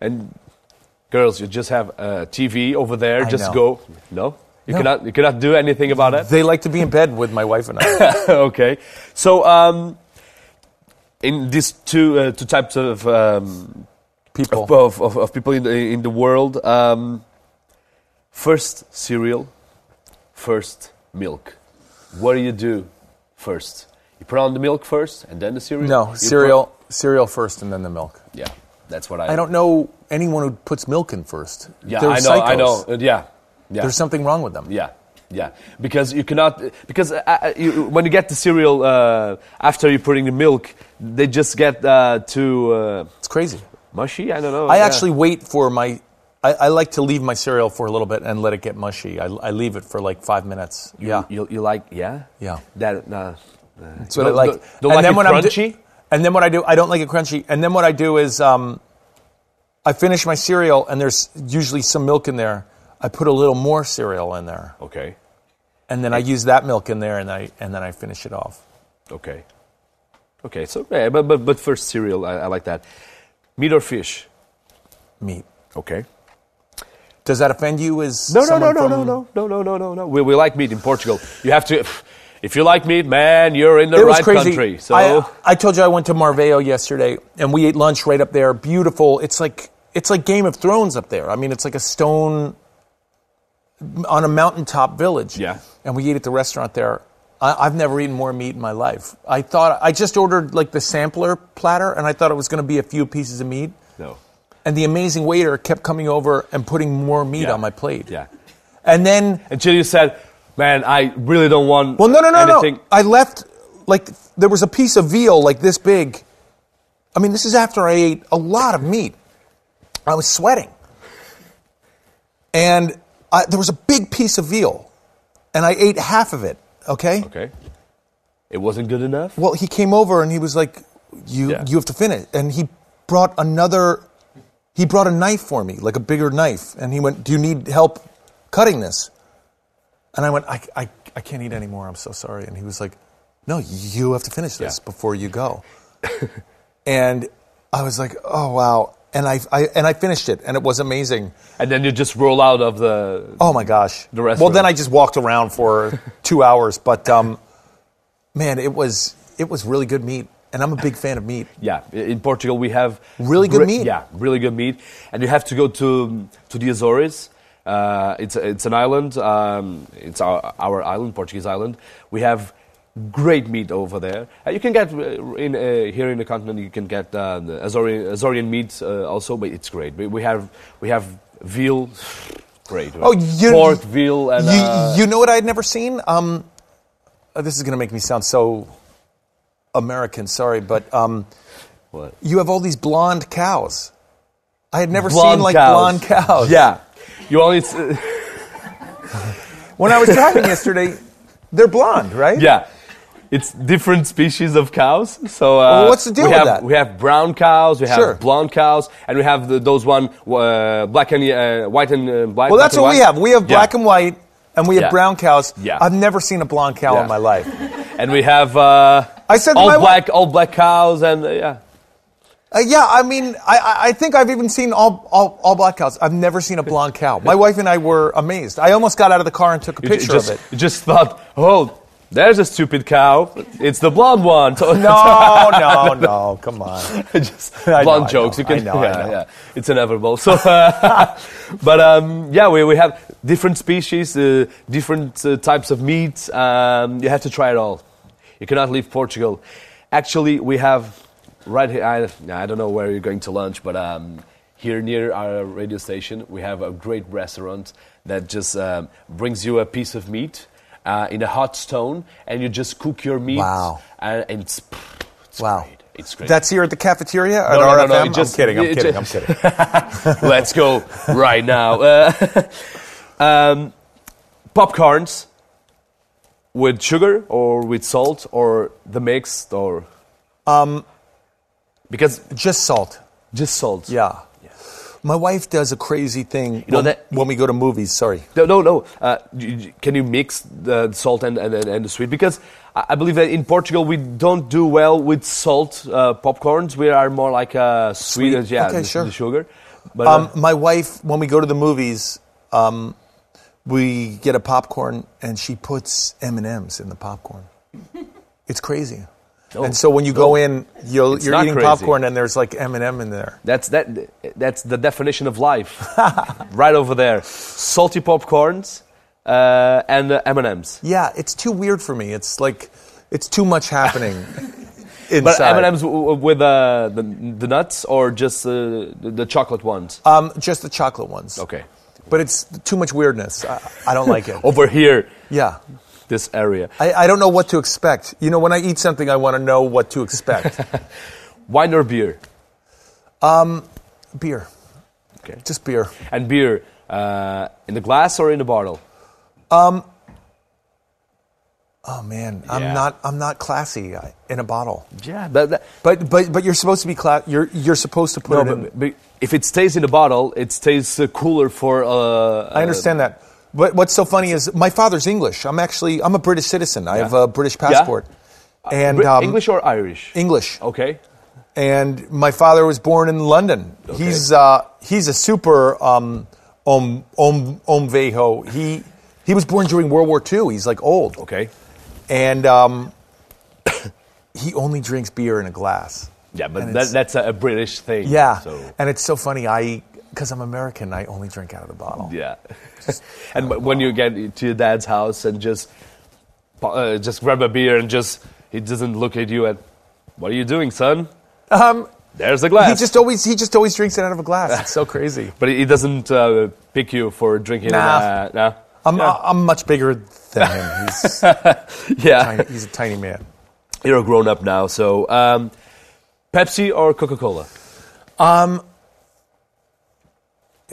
Speaker 3: and girls you just have a TV over there
Speaker 4: I
Speaker 3: just
Speaker 4: know.
Speaker 3: go no you
Speaker 4: No.
Speaker 3: cannot you cannot do anything about it
Speaker 4: They like to be in bed with my wife and I.
Speaker 3: okay. So, um, in these two uh, two types of, um,
Speaker 4: People.
Speaker 3: of, of of people in the, in the world, um, first cereal, first milk. What do you do first? You put on the milk first, and then the cereal. You
Speaker 4: No,
Speaker 3: put-
Speaker 4: cereal, cereal first, and then the milk.
Speaker 3: yeah, that's what I.
Speaker 4: I don't know anyone who puts milk in first.
Speaker 3: Yeah,
Speaker 4: They're
Speaker 3: I know. I
Speaker 4: psychos.
Speaker 3: know. Uh, yeah, yeah.
Speaker 4: There's something wrong with them.
Speaker 3: Yeah, yeah. Because you cannot because uh, uh, you, when you get the cereal uh, after you put in the milk, they just get uh, too uh,
Speaker 4: It's crazy.
Speaker 3: mushy. I don't know.
Speaker 4: I
Speaker 3: yeah.
Speaker 4: actually wait for my. I, I like to leave my cereal for a little bit and let it get mushy. I, I leave it for like five minutes. yeah,
Speaker 3: You, you like yeah
Speaker 4: Yeah.
Speaker 3: that uh,
Speaker 4: that's what I
Speaker 3: don't-
Speaker 4: like.
Speaker 3: don't- don't like it
Speaker 4: when I'm do-
Speaker 3: crunchy?
Speaker 4: and then what I do, I don't like it crunchy. And then what I do is, um, I finish my cereal and there's usually some milk in there. I put a little more cereal in there,
Speaker 3: okay
Speaker 4: and then I use that milk in there, and I and then I finish it off.
Speaker 3: okay okay so yeah, but but but first cereal I, I like that meat or fish
Speaker 4: Meat.
Speaker 3: okay
Speaker 4: Does that offend you? As
Speaker 3: no no no
Speaker 4: someone
Speaker 3: no,
Speaker 4: from-
Speaker 3: no no no no no no no we we like meat in Portugal you have to if you like meat man you're in the
Speaker 4: it
Speaker 3: right
Speaker 4: was crazy.
Speaker 3: country so
Speaker 4: I, uh, I told you I went to Marveo yesterday, and we ate lunch right up there. Beautiful. It's like it's like Game of Thrones up there. I mean, it's like a stone on a mountaintop village.
Speaker 3: Yeah.
Speaker 4: And we ate at the restaurant there. I, I've never eaten more meat in my life. I thought I just ordered like the sampler platter, and I thought it was going to be a few pieces of meat.
Speaker 3: no
Speaker 4: And the amazing waiter kept coming over and putting more meat
Speaker 3: Yeah.
Speaker 4: on my plate.
Speaker 3: yeah.
Speaker 4: And then
Speaker 3: until you said, "Man, I really don't want."
Speaker 4: Well, no, no, no,
Speaker 3: anything.
Speaker 4: no. I left like there was a piece of veal like this big. I mean, this is after I ate a lot of meat. I was sweating, and I, there was a big piece of veal, and I ate half of it. Okay.
Speaker 3: Okay, it wasn't good enough.
Speaker 4: Well, he came over and he was like, "You,
Speaker 3: Yeah.
Speaker 4: you have to finish." And he brought another. He brought a knife for me, like a bigger knife, and he went, "Do you need help cutting this?" And I went, "I, I, I can't eat anymore. I'm so sorry." And he was like, "No, you have to finish this
Speaker 3: Yeah.
Speaker 4: before you go." and I was like, "Oh wow!" And I, I, and I finished it, and it was amazing.
Speaker 3: And then you just roll out of the.
Speaker 4: Oh my gosh.
Speaker 3: The rest
Speaker 4: Well,
Speaker 3: of
Speaker 4: then
Speaker 3: it.
Speaker 4: I just walked around for two hours, but um, man, it was it was really good meat, and I'm a big fan of meat.
Speaker 3: Yeah, i- in Portugal we have
Speaker 4: Really good meat.
Speaker 3: Yeah, really good meat, and you have to go to to the Azores. Uh, it's it's an island. Um, it's our, our island, Portuguese island. We have great meat over there. Uh, you can get uh, in uh, here in the continent. You can get uh, the Azorian, Azorian meat uh, also, but it's great. We, we have we have veal. Great.
Speaker 4: Oh, you
Speaker 3: pork veal and
Speaker 4: you,
Speaker 3: uh,
Speaker 4: you know what I had never seen? Um, uh, this is going to make me sound so American. Sorry, but um,
Speaker 3: What?
Speaker 4: you have all these blonde cows. I had never seen
Speaker 3: Blonde
Speaker 4: like
Speaker 3: cows.
Speaker 4: blonde cows.
Speaker 3: Yeah. You only. s-
Speaker 4: When I was driving yesterday, they're blonde, right?
Speaker 3: Yeah. It's different species of cows. So uh,
Speaker 4: Well, what's the deal
Speaker 3: we
Speaker 4: with
Speaker 3: have,
Speaker 4: that?
Speaker 3: We have brown cows, we have
Speaker 4: Sure.
Speaker 3: blonde cows, and we have the, those one uh, black and uh, white and uh, black.
Speaker 4: Well, that's
Speaker 3: black
Speaker 4: what
Speaker 3: and
Speaker 4: we have. We have
Speaker 3: Yeah.
Speaker 4: black and white, and we have
Speaker 3: Yeah.
Speaker 4: brown cows.
Speaker 3: Yeah.
Speaker 4: I've never seen a blonde cow
Speaker 3: Yeah.
Speaker 4: in my life.
Speaker 3: And we have uh,
Speaker 4: I said to
Speaker 3: all
Speaker 4: my wife-
Speaker 3: black, all black cows, and uh, yeah.
Speaker 4: Uh, yeah, I mean, I- I, I think I've even seen all, all, all black cows. I've never seen a blonde cow. My wife and I were amazed. I almost got out of the car and took a
Speaker 3: You ju-
Speaker 4: picture
Speaker 3: just,
Speaker 4: of it.
Speaker 3: you just thought, oh, there's a stupid cow. It's the blonde one. So
Speaker 4: No, no, no, come on.
Speaker 3: just
Speaker 4: I know,
Speaker 3: blunt
Speaker 4: I
Speaker 3: jokes.
Speaker 4: know,
Speaker 3: you can,
Speaker 4: I know, I
Speaker 3: yeah,
Speaker 4: know.
Speaker 3: yeah, it's inevitable. So, uh, but um, yeah, we, we have different species, uh, different uh, types of meat. Um, you have to try it all. You cannot leave Portugal. Actually, we have right here. I, I don't know where you're going to lunch, but um, here near our radio station, we have a great restaurant that just um, brings you a piece of meat. Uh, in a hot stone, and you just cook your meat.
Speaker 4: Wow.
Speaker 3: And, and it's, it's
Speaker 4: Wow.
Speaker 3: great. It's great.
Speaker 4: That's here at the cafeteria at
Speaker 3: No, no, no,
Speaker 4: RFM?
Speaker 3: no, it just-
Speaker 4: I'm kidding, I'm
Speaker 3: it
Speaker 4: kidding,
Speaker 3: just-
Speaker 4: I'm kidding.
Speaker 3: Let's go right now. Uh, Um, popcorns with sugar or with salt or the mixed or
Speaker 4: Um,
Speaker 3: because
Speaker 4: just salt.
Speaker 3: just salt.
Speaker 4: Yeah. My wife does a crazy thing
Speaker 3: know
Speaker 4: when,
Speaker 3: that-
Speaker 4: when we go to movies. Sorry.
Speaker 3: No, no, no. Uh, y- y- can you mix the salt and, and, and- and the sweet? Because I I believe that in Portugal we don't do well with salt uh, popcorns. We are more like uh, sweet,
Speaker 4: Sweet.
Speaker 3: yeah,
Speaker 4: Okay,
Speaker 3: the,
Speaker 4: sure.
Speaker 3: the sugar. But
Speaker 4: Um,
Speaker 3: uh,
Speaker 4: my wife, when we go to the movies, um, we get a popcorn and she puts M and M's in the popcorn. It's crazy. and so when you go in, you'll, you're
Speaker 3: Oh, not
Speaker 4: eating
Speaker 3: crazy.
Speaker 4: popcorn and there's like M and M in there.
Speaker 3: that's that. That's the definition of life, right over there. Salty popcorns uh, and uh, M and M's.
Speaker 4: Yeah, it's too weird for me. It's like it's too much happening inside.
Speaker 3: But M and M's with uh, the, the nuts or just uh, the, the chocolate ones.
Speaker 4: Um, just the chocolate ones.
Speaker 3: Okay.
Speaker 4: But it's too much weirdness. I, I don't like it.
Speaker 3: Over here,
Speaker 4: Yeah.
Speaker 3: this area.
Speaker 4: I, I don't know what to expect. You know, when I eat something, I want to know what to expect.
Speaker 3: Wine or beer?
Speaker 4: beer.
Speaker 3: Okay.
Speaker 4: Just beer.
Speaker 3: And beer uh, in the glass or in the bottle?
Speaker 4: Oh man,
Speaker 3: Yeah.
Speaker 4: I'm not I'm not classy I- in a bottle.
Speaker 3: Yeah, that, that-
Speaker 4: But but but you're supposed to be class. You're you're supposed to put
Speaker 3: no,
Speaker 4: it in.
Speaker 3: but, but if it stays in the bottle, it stays uh, cooler for. Uh,
Speaker 4: I understand that. But what's so funny is my father's English. I'm actually I'm a British citizen. I have a British passport. And
Speaker 3: Uh, Brit-
Speaker 4: um,
Speaker 3: English Oh. or Irish?
Speaker 4: English.
Speaker 3: Okay.
Speaker 4: and my father was born in London. He's uh, he's a super um, om om om vejo. He he was born during World War II. He's like old.
Speaker 3: Okay.
Speaker 4: and um, he only drinks beer in a glass.
Speaker 3: Yeah, but
Speaker 4: And
Speaker 3: that,
Speaker 4: it's-
Speaker 3: that's a, a British thing.
Speaker 4: Yeah,
Speaker 3: So.
Speaker 4: and it's so funny. I because I'm American, I only drink out of the bottle.
Speaker 3: Yeah. and wh- when you get to your dad's house and just po- uh, just grab a beer and just he doesn't look at you and what are you doing, son?
Speaker 4: Um,
Speaker 3: There's a
Speaker 4: he
Speaker 3: glass.
Speaker 4: just always he just always drinks it out of a glass. It's so crazy.
Speaker 3: but he he doesn't uh, pick you for drinking.
Speaker 4: Nah.
Speaker 3: Uh, nah.
Speaker 4: I'm
Speaker 3: yeah.
Speaker 4: I'm much bigger than him. He's
Speaker 3: yeah.
Speaker 4: tiny, he's a tiny man.
Speaker 3: You're a grown up now, so um, Pepsi or Coca Cola?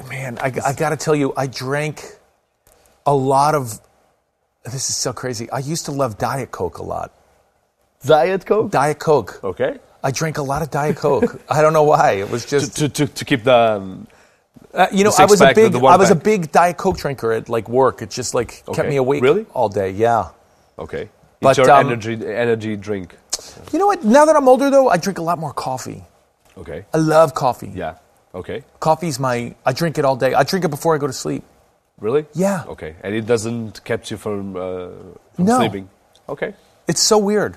Speaker 4: Man, I, I got to tell you, I drank a lot of. This is so crazy. I used to love Diet Coke a lot.
Speaker 3: Diet Coke.
Speaker 4: Diet Coke.
Speaker 3: Okay.
Speaker 4: I drank a lot of Diet Coke. I don't know why. It was
Speaker 3: To,
Speaker 4: just
Speaker 3: to, to, to keep the um,
Speaker 4: Uh, you know,
Speaker 3: The
Speaker 4: I was a
Speaker 3: six-pack, the-
Speaker 4: big,
Speaker 3: the
Speaker 4: I was a
Speaker 3: one-pack.
Speaker 4: big Diet Coke drinker at like work. It just like
Speaker 3: Okay.
Speaker 4: kept me awake
Speaker 3: Really?
Speaker 4: all day. Yeah.
Speaker 3: okay. it's
Speaker 4: But,
Speaker 3: your
Speaker 4: um,
Speaker 3: energy energy drink.
Speaker 4: You know what? Now that I'm older, though, I drink a lot more coffee.
Speaker 3: Okay.
Speaker 4: I love coffee.
Speaker 3: Yeah. Okay.
Speaker 4: Coffee's my. I drink it all day. I drink it before I go to sleep.
Speaker 3: Really?
Speaker 4: Yeah.
Speaker 3: Okay. And it doesn't kept you from, uh, from
Speaker 4: No.
Speaker 3: sleeping. Okay.
Speaker 4: It's so weird.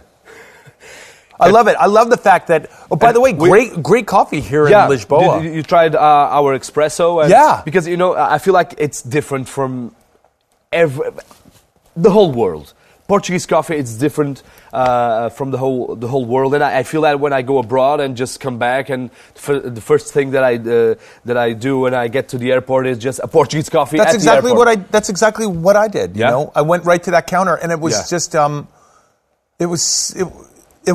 Speaker 4: I love it. I love the fact that. Oh, by
Speaker 3: And
Speaker 4: the way,
Speaker 3: we-
Speaker 4: great, great coffee here in Lisboa.
Speaker 3: Did- you tried uh, our espresso. And
Speaker 4: Yeah.
Speaker 3: Because you know, I I feel like it's different from every, the whole world. Portuguese coffee it's different uh, from the whole the whole world, and I, I feel that when I go abroad and just come back, and f- the first thing that I uh, that I do when I get to the airport is just a Portuguese coffee.
Speaker 4: that's
Speaker 3: at the
Speaker 4: exactly
Speaker 3: airport.
Speaker 4: what I. That's exactly what I did. You
Speaker 3: Yeah?
Speaker 4: know, I went right to that counter, and it was
Speaker 3: Yeah.
Speaker 4: just. Um, it was it, it,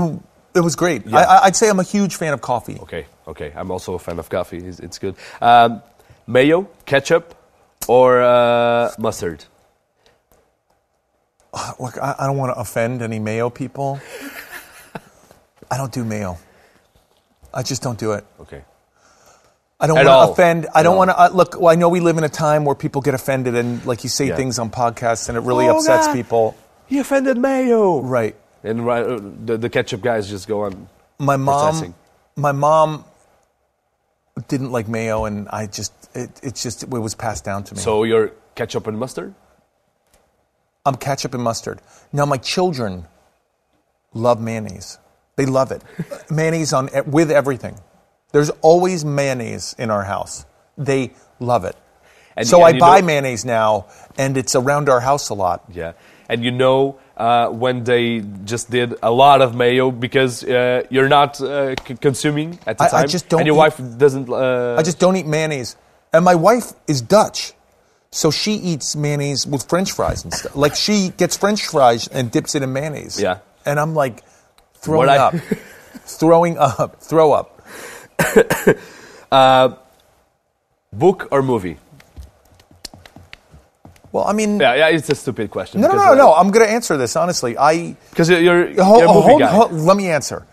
Speaker 4: it was great. I I, I'd say I'm a huge fan of coffee.
Speaker 3: Okay, okay. I'm also a fan of coffee. It's, it's good. Um, mayo, ketchup, or uh, mustard.
Speaker 4: Look, I, I don't want to offend any Mayo people. I don't do Mayo. I just don't do it.
Speaker 3: Okay.
Speaker 4: I don't
Speaker 3: At
Speaker 4: want
Speaker 3: all.
Speaker 4: to offend. I
Speaker 3: At all.
Speaker 4: don't want to uh, look. Well, I know we live in a time where people get offended, and like you say
Speaker 3: Yeah.
Speaker 4: things on podcasts, and it really
Speaker 3: Oh,
Speaker 4: upsets
Speaker 3: God.
Speaker 4: people.
Speaker 3: He offended mayo.
Speaker 4: Right.
Speaker 3: And ri- uh, the, the ketchup guys just go on.
Speaker 4: My
Speaker 3: Processing.
Speaker 4: mom. My mom didn't like Mayo, and I just it, it just it was passed down to me.
Speaker 3: So you're ketchup and mustard?
Speaker 4: I'm ketchup and mustard. Now my children love mayonnaise. They love it. mayonnaise on e, with everything. There's always mayonnaise in our house. They love it.
Speaker 3: And-
Speaker 4: so
Speaker 3: and
Speaker 4: I
Speaker 3: you
Speaker 4: buy
Speaker 3: know-
Speaker 4: mayonnaise now, and it's around our house a lot.
Speaker 3: Yeah. And you know uh, when they just did a lot of mayo because uh, you're not uh, c- consuming at the
Speaker 4: I- I
Speaker 3: time.
Speaker 4: just don't
Speaker 3: And your
Speaker 4: eat-
Speaker 3: wife doesn't. Uh,
Speaker 4: I just don't eat mayonnaise. And my wife is Dutch, so she eats mayonnaise with French fries and stuff. like she gets French fries and dips it in mayonnaise.
Speaker 3: Yeah.
Speaker 4: And I'm like throwing
Speaker 3: What I-
Speaker 4: up, throwing up, throw up.
Speaker 3: book or movie?
Speaker 4: Well, I mean,
Speaker 7: Yeah, yeah, it's a stupid question.
Speaker 4: no, no,
Speaker 3: uh,
Speaker 4: no, no. I'm going to answer this honestly. I
Speaker 7: Because uh, 'cause you're, you're,
Speaker 4: Hold-
Speaker 7: you're a movie
Speaker 4: hold-
Speaker 7: guy.
Speaker 4: hold- let me answer.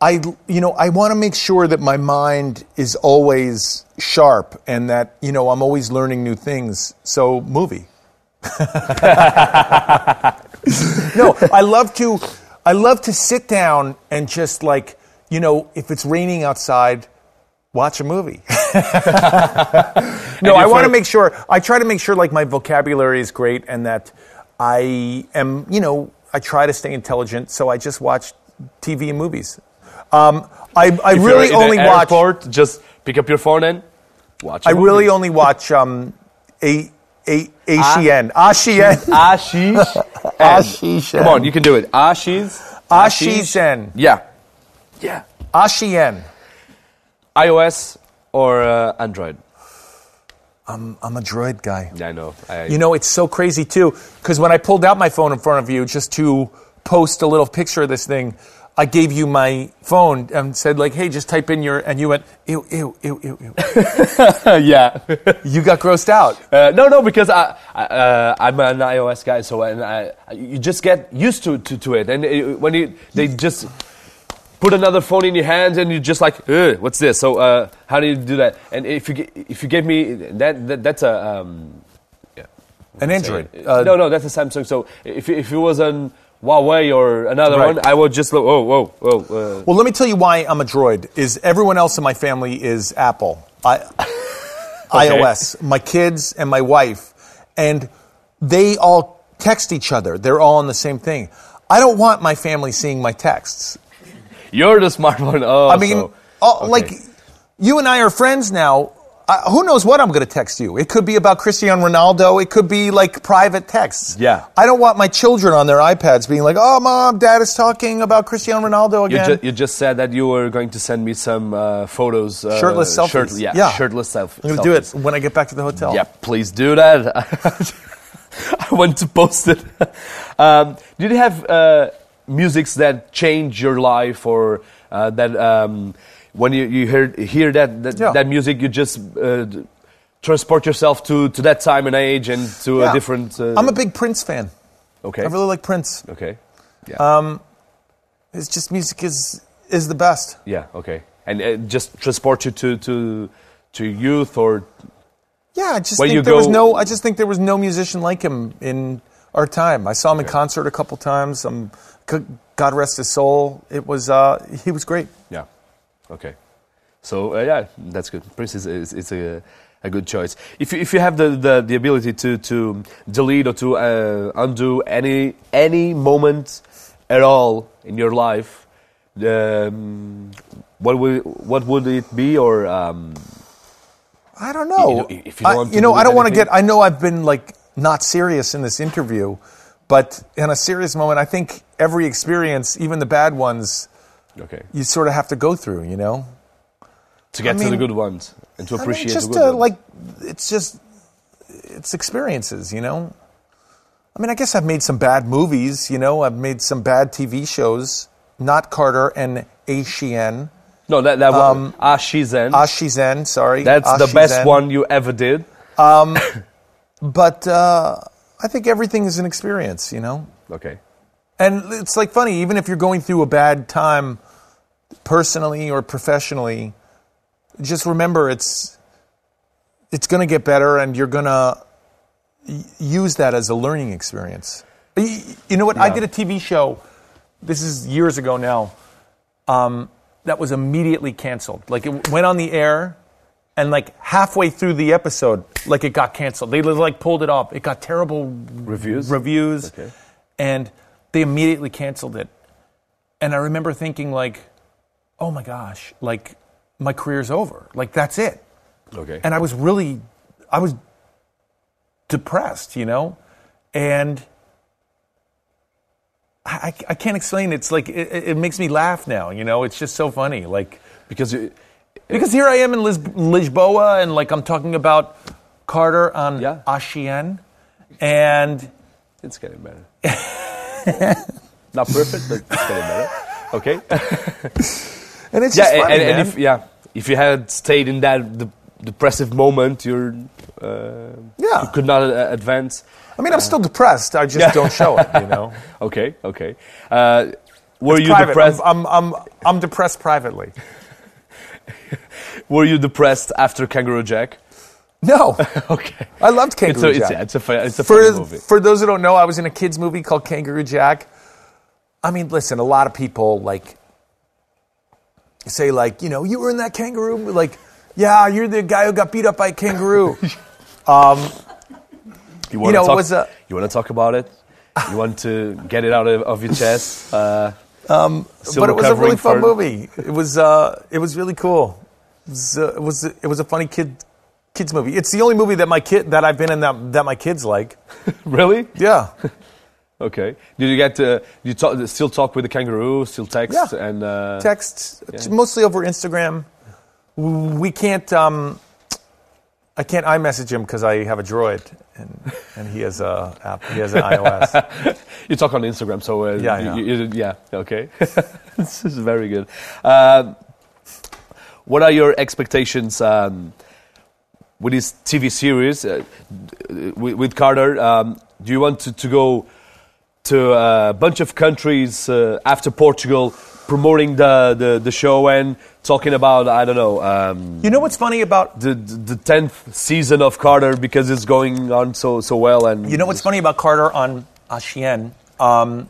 Speaker 4: I, you know, I want to make sure that my mind is always sharp and that you know I'm always learning new things. So movie. no, I love to, I love to sit down and just like you know, if it's raining outside, watch a movie. no, I want to make sure. I try to make sure like my vocabulary is great and that I am, you know, I try to stay intelligent. So I just watch TV and movies. Um, I, I
Speaker 7: If
Speaker 4: really
Speaker 7: you're in
Speaker 4: only
Speaker 7: an
Speaker 4: watch.
Speaker 7: Airport, just pick up your phone and watch. a
Speaker 4: I really
Speaker 7: movie.
Speaker 4: only watch um, a a
Speaker 7: Ah.
Speaker 4: ACN, ACN,
Speaker 3: Ashish.
Speaker 4: Ashish.
Speaker 3: Come on, you can do it. Ashish.
Speaker 4: ACN,
Speaker 3: Yeah. Yeah.
Speaker 4: ACN.
Speaker 3: iOS or uh, Android?
Speaker 4: I'm a droid guy.
Speaker 3: Yeah, I know. I,
Speaker 4: You know, it's so crazy too, because when I pulled out my phone in front of you just to post a little picture of this thing, I gave you my phone and said like, "Hey, just type in your," and you went, "Ew, ew, ew, ew, ew."
Speaker 3: yeah.
Speaker 4: you got grossed out.
Speaker 3: Uh, no, no, because I, I uh, I'm an iOS guy, so and I, you just get used to, to, to it, and it, when you they just put another phone in your hands, and you're just like, "Ugh, what's this? So uh, how do you do that? And if you gi- if you give me that, that that's a um,
Speaker 4: An Android.
Speaker 3: uh, no, no, that's a Samsung. So if if it was an Huawei or another
Speaker 4: Right.
Speaker 3: one, I would just look, oh, whoa, whoa. Uh,
Speaker 4: Well, let me tell you why I'm a droid. Is everyone else in my family is Apple, I, iOS, my kids and my wife, and they all text each other. They're all on the same thing. I don't want my family seeing my texts.
Speaker 3: you're the smartphone. Oh,
Speaker 4: I mean,
Speaker 3: so-
Speaker 4: all, like you and I are friends now. I, who knows what I'm going to text you? It could be about Cristiano Ronaldo. It could be like private texts.
Speaker 3: Yeah.
Speaker 4: I don't want my children on their iPads being like, "Oh, mom, dad is talking about Cristiano Ronaldo
Speaker 3: You,
Speaker 4: again."
Speaker 3: ju- you just said that you were going to send me some uh, photos. Uh,
Speaker 4: Shirtless selfies.
Speaker 3: shirt- yeah,
Speaker 4: Yeah.
Speaker 3: shirtless self-
Speaker 4: I'm going to do it
Speaker 3: selfies.
Speaker 4: when I get back to the hotel.
Speaker 3: Yeah, please do that. I want to post it. Um, did you have uh, musics that change your life or uh, that um, when you, you hear, hear that, that,
Speaker 4: Yeah.
Speaker 3: that music, you just uh, d- transport yourself to, to that time and age and to
Speaker 4: Yeah.
Speaker 3: a different... Uh,
Speaker 4: I'm a big Prince fan.
Speaker 3: Okay.
Speaker 4: I really like Prince.
Speaker 3: okay. Yeah.
Speaker 4: It's just music is is the best.
Speaker 3: yeah, okay. And uh, just transport you to, to, to youth or...
Speaker 4: Yeah, I just
Speaker 3: When
Speaker 4: think
Speaker 3: you
Speaker 4: there was
Speaker 3: go-
Speaker 4: no. I just think there was no musician like him in our time. I saw him in concert a couple times. Um, g- God rest his soul. It was uh, he was great.
Speaker 3: Yeah. Okay. So uh, yeah, that's good. Prince is, is, is a, a good choice. If you, if you have the, the, the ability to, to delete or to uh, undo any any moment at all in your life, um, what would what would it be? Or um,
Speaker 4: I don't know.
Speaker 3: You know, if you don't
Speaker 4: I,
Speaker 3: want to
Speaker 4: you know,
Speaker 3: do
Speaker 4: I don't want to
Speaker 3: anything-
Speaker 4: get. I know I've been like not serious in this interview, but in a serious moment, I think every experience, even the bad ones,
Speaker 3: okay,
Speaker 4: you sort of have to go through. You know,
Speaker 3: to get to the
Speaker 4: mean-
Speaker 3: good ones and to
Speaker 4: I mean,
Speaker 3: appreciate
Speaker 4: just
Speaker 3: the good
Speaker 4: uh,
Speaker 3: ones.
Speaker 4: like it's just it's experiences you know i mean i guess i've made some bad movies you know i've made some bad tv shows not carter and ashizen
Speaker 3: no, that that one. Ah, she's in.
Speaker 4: ashizen sorry
Speaker 3: that's the best
Speaker 4: um, Ashizen.
Speaker 3: one you ever did.
Speaker 4: but uh, i think everything is an experience you know
Speaker 3: Okay.
Speaker 4: and it's like funny even if you're going through a bad time personally or professionally just remember it's it's going to get better and you're going to use that as a learning experience Y- y- you know what i did a tv show this is years ago now um, that was immediately canceled like it went on the air and like halfway through the episode like it got canceled they like pulled it off it got terrible
Speaker 3: Reviews?
Speaker 4: reviews
Speaker 3: Okay.
Speaker 4: and they immediately canceled it and i remember thinking like oh my gosh like my career's over like that's it
Speaker 3: Okay.
Speaker 4: and i was really i was depressed you know and i, I- I can't explain it's like it, it it makes me laugh now you know it's just so funny like
Speaker 3: because you,
Speaker 4: because here I am in Lis- Lisboa, and like I'm talking about Carter on
Speaker 3: Yeah.
Speaker 4: Ashian, and
Speaker 3: It's getting better. Not perfect, but it's getting better. Okay.
Speaker 4: and it's
Speaker 3: yeah,
Speaker 4: just funny,
Speaker 3: and, and
Speaker 4: man.
Speaker 3: if yeah, if you had stayed in that de- depressive moment, you're uh,
Speaker 4: Yeah.
Speaker 3: you could not uh, advance.
Speaker 4: I mean, I'm still depressed. I just don't show it. You know.
Speaker 3: Okay, okay. Uh, were you
Speaker 4: Private.
Speaker 3: depressed?
Speaker 4: I'm, I'm, I'm, I'm depressed privately.
Speaker 3: were you depressed after Kangaroo Jack?
Speaker 4: No,
Speaker 3: Okay,
Speaker 4: I loved
Speaker 3: it's a,
Speaker 4: Kangaroo
Speaker 3: it's,
Speaker 4: Jack.
Speaker 3: yeah, it's a fu- it's a
Speaker 4: for,
Speaker 3: funny movie.
Speaker 4: for those who don't know, I was in a kids movie called Kangaroo Jack. I mean, listen, a lot of people like say like, you know, you were in that kangaroo, mo-" like, yeah, you're the guy who got beat up by a
Speaker 3: You
Speaker 4: kangaroo.
Speaker 3: want to
Speaker 4: know, it
Speaker 3: talk?
Speaker 4: was uh, a-
Speaker 3: you want to talk about it? You want to get it out of, of your chest? Uh, still
Speaker 4: Um, but it was a really
Speaker 3: recovering
Speaker 4: fun
Speaker 3: from-
Speaker 4: movie. It was uh, it was really cool. It was, uh, it was it was a funny kid kids movie. It's the only movie that my kid that I've been in that that my kids like.
Speaker 3: Really?
Speaker 4: Yeah.
Speaker 3: Okay. Did you get to, you talk, still talk with the kangaroo, still text?
Speaker 4: Yeah.
Speaker 3: And, uh,
Speaker 4: text it's mostly over Instagram. W- We can't. Um, I can't iMessage him because I have a Droid and, and he has a app. He has an iOS.
Speaker 3: you talk on Instagram, so uh,
Speaker 4: Yeah,
Speaker 3: you-
Speaker 4: yeah.
Speaker 3: you- you- yeah, okay. this is very good. Um, what are your expectations um, with this TV series uh, d- with, with Carter? Um, do you want to, to go to a bunch of countries uh, after Portugal, promoting the, the, the show and talking about I don't know um,
Speaker 4: You know what's funny about
Speaker 3: the the tenth season of Carter because it's going on so so well and
Speaker 4: you know what's funny about Carter on Ashien, um, uh,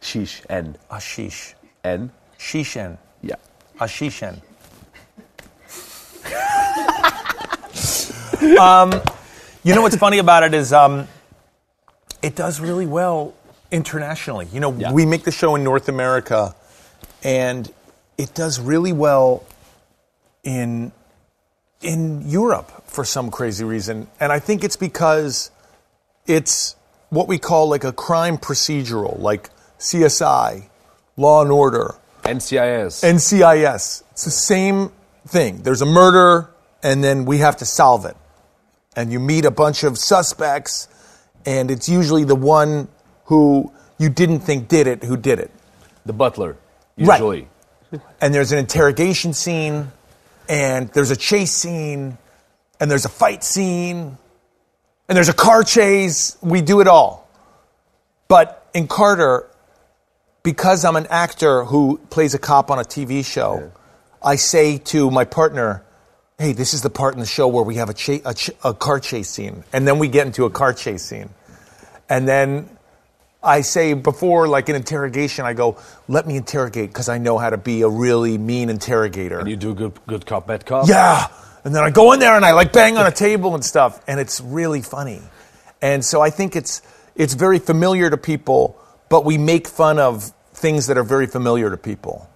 Speaker 3: sheesh and
Speaker 4: Ashish,
Speaker 3: and
Speaker 4: Shishen,
Speaker 3: yeah
Speaker 4: Ashishen. um, you know what's funny about it is um, it does really well internationally. You know,
Speaker 3: Yeah.
Speaker 4: we make the show in North America, and it does really well in in Europe for some crazy reason. And I think it's because it's what we call like a crime procedural, like CSI, Law and Order.
Speaker 3: NCIS
Speaker 4: NCIS. It's the same thing. There's a murder, and then we have to solve it. And you meet a bunch of suspects, and it's usually the one who you didn't think did it who did it.
Speaker 3: the butler
Speaker 4: Right.
Speaker 3: usually
Speaker 4: And there's an interrogation scene, and there's a chase scene, and there's a fight scene, and there's a car chase. We do it all. But in Carter, because I'm an actor who plays a cop on a TV show, I say to my partner, "Hey, this is the part in the show where we have a, cha- a, ch- a car chase scene," and then we get into a car chase scene, and then I say before like an interrogation, I go, "Let me interrogate because I know how to be a really mean interrogator."
Speaker 3: you do good good cop bad cop
Speaker 4: yeah. And then I go in there and I like bang on a table and stuff, and it's really funny. And so I think it's it's very familiar to people, but we make fun of things that are very familiar to people,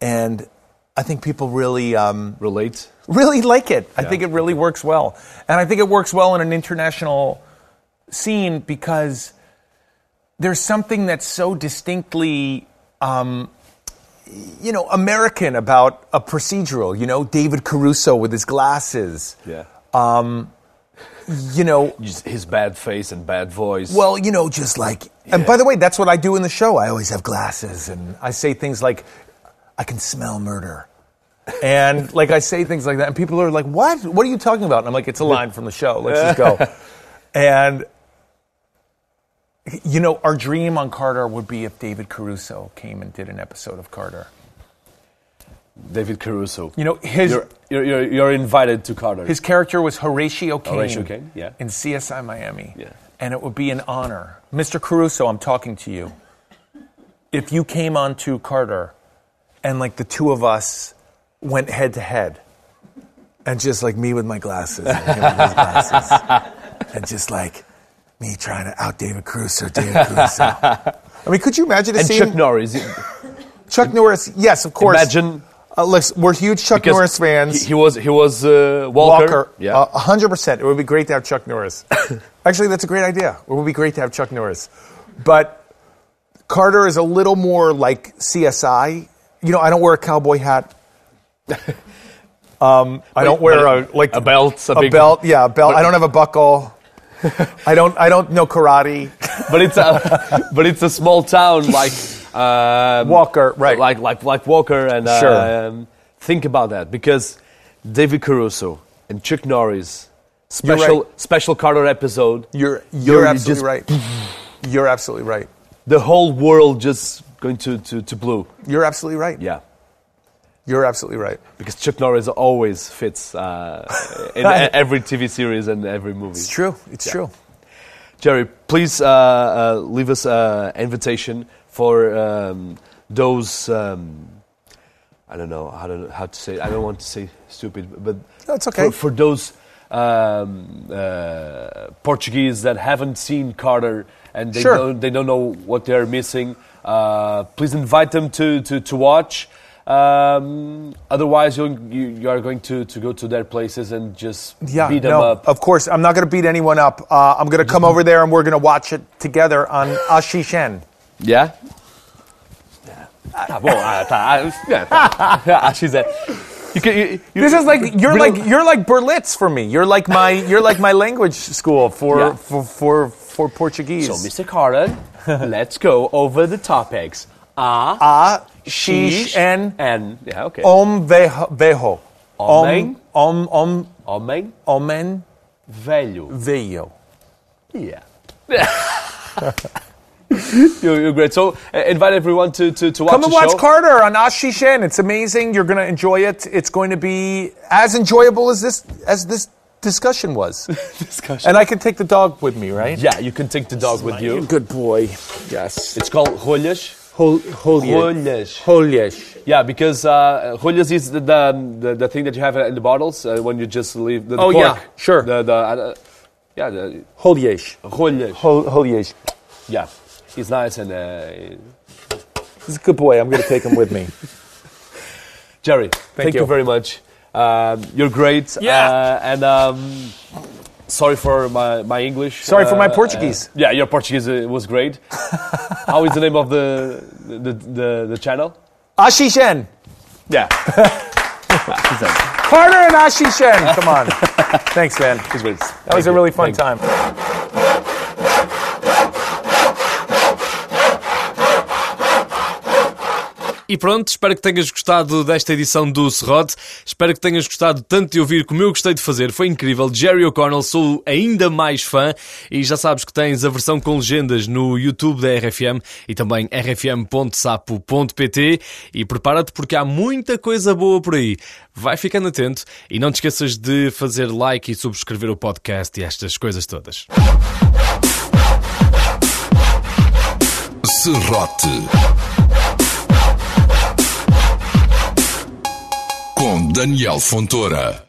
Speaker 4: and I think people really um,
Speaker 3: relate
Speaker 4: really like it. I think it really works well. And I think it works well in an international scene because there's something that's so distinctly, um, you know, American about a procedural. You know, David Caruso with his glasses.
Speaker 3: yeah
Speaker 4: Uh, You know,
Speaker 3: Just his bad face and bad voice
Speaker 4: Well, you know, just like. And by the way, that's what I do in the show. I always have glasses and I say things like, I can smell murder. And like I say things like that. And people are like, what? What are you talking about? And I'm like, it's a line from the show. Let's just go. and, you know, our dream on Carter would be if David Caruso came and did an episode of Carter.
Speaker 3: David Caruso
Speaker 4: You know, his,
Speaker 3: you're, you're, you're, you're invited to Carter
Speaker 4: his character was Horatio Caine,
Speaker 3: Horatio Caine, yeah.
Speaker 4: in CSI Miami.
Speaker 3: Yeah.
Speaker 4: And it would be an honor. Mr. Caruso, I'm talking to you. If you came on to Carter and like the two of us went head to head and just like me with my glasses and him with his glasses and just like me trying to out David Caruso, David Caruso. I mean, could you imagine a
Speaker 3: and
Speaker 4: scene?
Speaker 3: Chuck Norris
Speaker 4: Chuck Norris, yes, of course.
Speaker 3: imagine
Speaker 4: Uh, look, we're huge Chuck
Speaker 3: because
Speaker 4: Norris fans.
Speaker 3: he, he was he was uh, Walker,
Speaker 4: Walker,
Speaker 3: yeah
Speaker 4: uh, 100%. It would be great to have Chuck Norris. Actually, that's a great idea. It would be great to have Chuck Norris. But Carter is a little more like CSI. You know, I don't wear a cowboy hat. Um, I don't wear a
Speaker 3: but
Speaker 4: like
Speaker 3: a belt, a big-
Speaker 4: belt, yeah, a belt. I don't have a buckle. I don't. I don't know karate.
Speaker 3: but it's a but it's a small town like um,
Speaker 4: Walker, right.
Speaker 3: Like like like Walker and uh,
Speaker 4: Sure.
Speaker 3: um, think about that because David Caruso and Chuck Norris You're
Speaker 8: special
Speaker 3: right.
Speaker 8: special Carter episode.
Speaker 4: You're you're,
Speaker 3: You're
Speaker 4: absolutely
Speaker 3: just-
Speaker 4: right. You're absolutely right.
Speaker 3: The whole world just going to, to, to blue.
Speaker 4: You're absolutely right.
Speaker 3: Yeah.
Speaker 4: You're absolutely right.
Speaker 3: Because Chuck Norris always fits uh, in e- every TV series and every movie.
Speaker 4: It's true. It's true.
Speaker 3: Jerry, please uh, uh, leave us an uh, invitation for um, those. Um, I don't know how to, how to say. I don't want to say stupid, but
Speaker 4: No, it's okay.
Speaker 3: For, for those um, uh, Portuguese that haven't seen Carter and they
Speaker 4: Sure.
Speaker 3: don't they don't know what they are missing, uh, please invite them to to, to watch. Um, otherwise, you, you you are going to, to go to their places and just
Speaker 4: Yeah,
Speaker 3: beat them
Speaker 4: no,
Speaker 3: up.
Speaker 4: of course. I'm not going to beat anyone up. Uh, I'm going to come over there and we're going to watch it together on Ashishen.
Speaker 3: Yeah? Tá bom, ah, tá. ah, yeah, tá. Acho que é. You can- you- you-
Speaker 4: This is like you're
Speaker 3: you
Speaker 4: like
Speaker 3: know-
Speaker 4: you're like Berlitz for me. You're like my you're like my language school for
Speaker 3: Yeah.
Speaker 4: for, for for Portuguese.
Speaker 3: So, Mr. Carter, let's go over the topics. Ah,
Speaker 4: Ah, shish and
Speaker 3: and yeah, okay.
Speaker 4: om veho. veho. Om
Speaker 3: Homem.
Speaker 4: om om
Speaker 3: Homem
Speaker 4: omen
Speaker 3: velho.
Speaker 4: veio.
Speaker 3: Yeah. you're, you're great. So, uh, invite everyone to, to, to watch
Speaker 4: Come and
Speaker 3: the
Speaker 4: watch
Speaker 3: show.
Speaker 4: Carter on Ashishen. It's amazing. You're going to enjoy it. It's going to be as enjoyable as this as this discussion was.
Speaker 3: Discussion.
Speaker 4: and I can take the dog with me, right?
Speaker 3: yeah, you can take the dog with you.
Speaker 4: Good boy. Yes.
Speaker 3: It's called Rolhas.
Speaker 4: Hol- Holyesh.
Speaker 3: Rolhas.
Speaker 4: Holyesh.
Speaker 3: Yeah, because uh, Julio's is the, the, the, the thing that you have in the bottles uh, when you just leave the, the
Speaker 4: Oh,
Speaker 3: cork.
Speaker 4: yeah, sure.
Speaker 3: The, the, uh, yeah, the
Speaker 4: Holyesh.
Speaker 3: Julio.
Speaker 4: Hol- Holyesh.
Speaker 3: Yeah, he's nice. And uh,
Speaker 4: He's a good boy. I'm going to take him with me.
Speaker 3: Jerry, thank, you.
Speaker 4: you.
Speaker 3: very much. Um, you're great.
Speaker 4: Yeah.
Speaker 3: Uh, and um, sorry for my, my English.
Speaker 4: Sorry for my
Speaker 3: Uh,
Speaker 4: Portuguese.
Speaker 3: yeah, your Portuguese uh, was great. How is the name of the, the, the, the channel?
Speaker 4: Ashishen.
Speaker 3: Yeah.
Speaker 4: Carter and Ashishen. Come on. Thanks, man.
Speaker 3: It's great.
Speaker 4: That was a really fun time.
Speaker 9: E pronto, espero que tenhas gostado desta edição do Serrote. Espero que tenhas gostado tanto de ouvir como eu gostei de fazer. Foi incrível. Jerry O'Connell, sou ainda mais fã. E já sabes que tens a versão com legendas no YouTube da RFM e também rfm.sapo.pt. E prepara-te porque há muita coisa boa por aí. Vai ficando atento e não te esqueças de fazer like e subscrever o podcast e estas coisas todas.
Speaker 2: Serrote. Com Daniel Fontoura.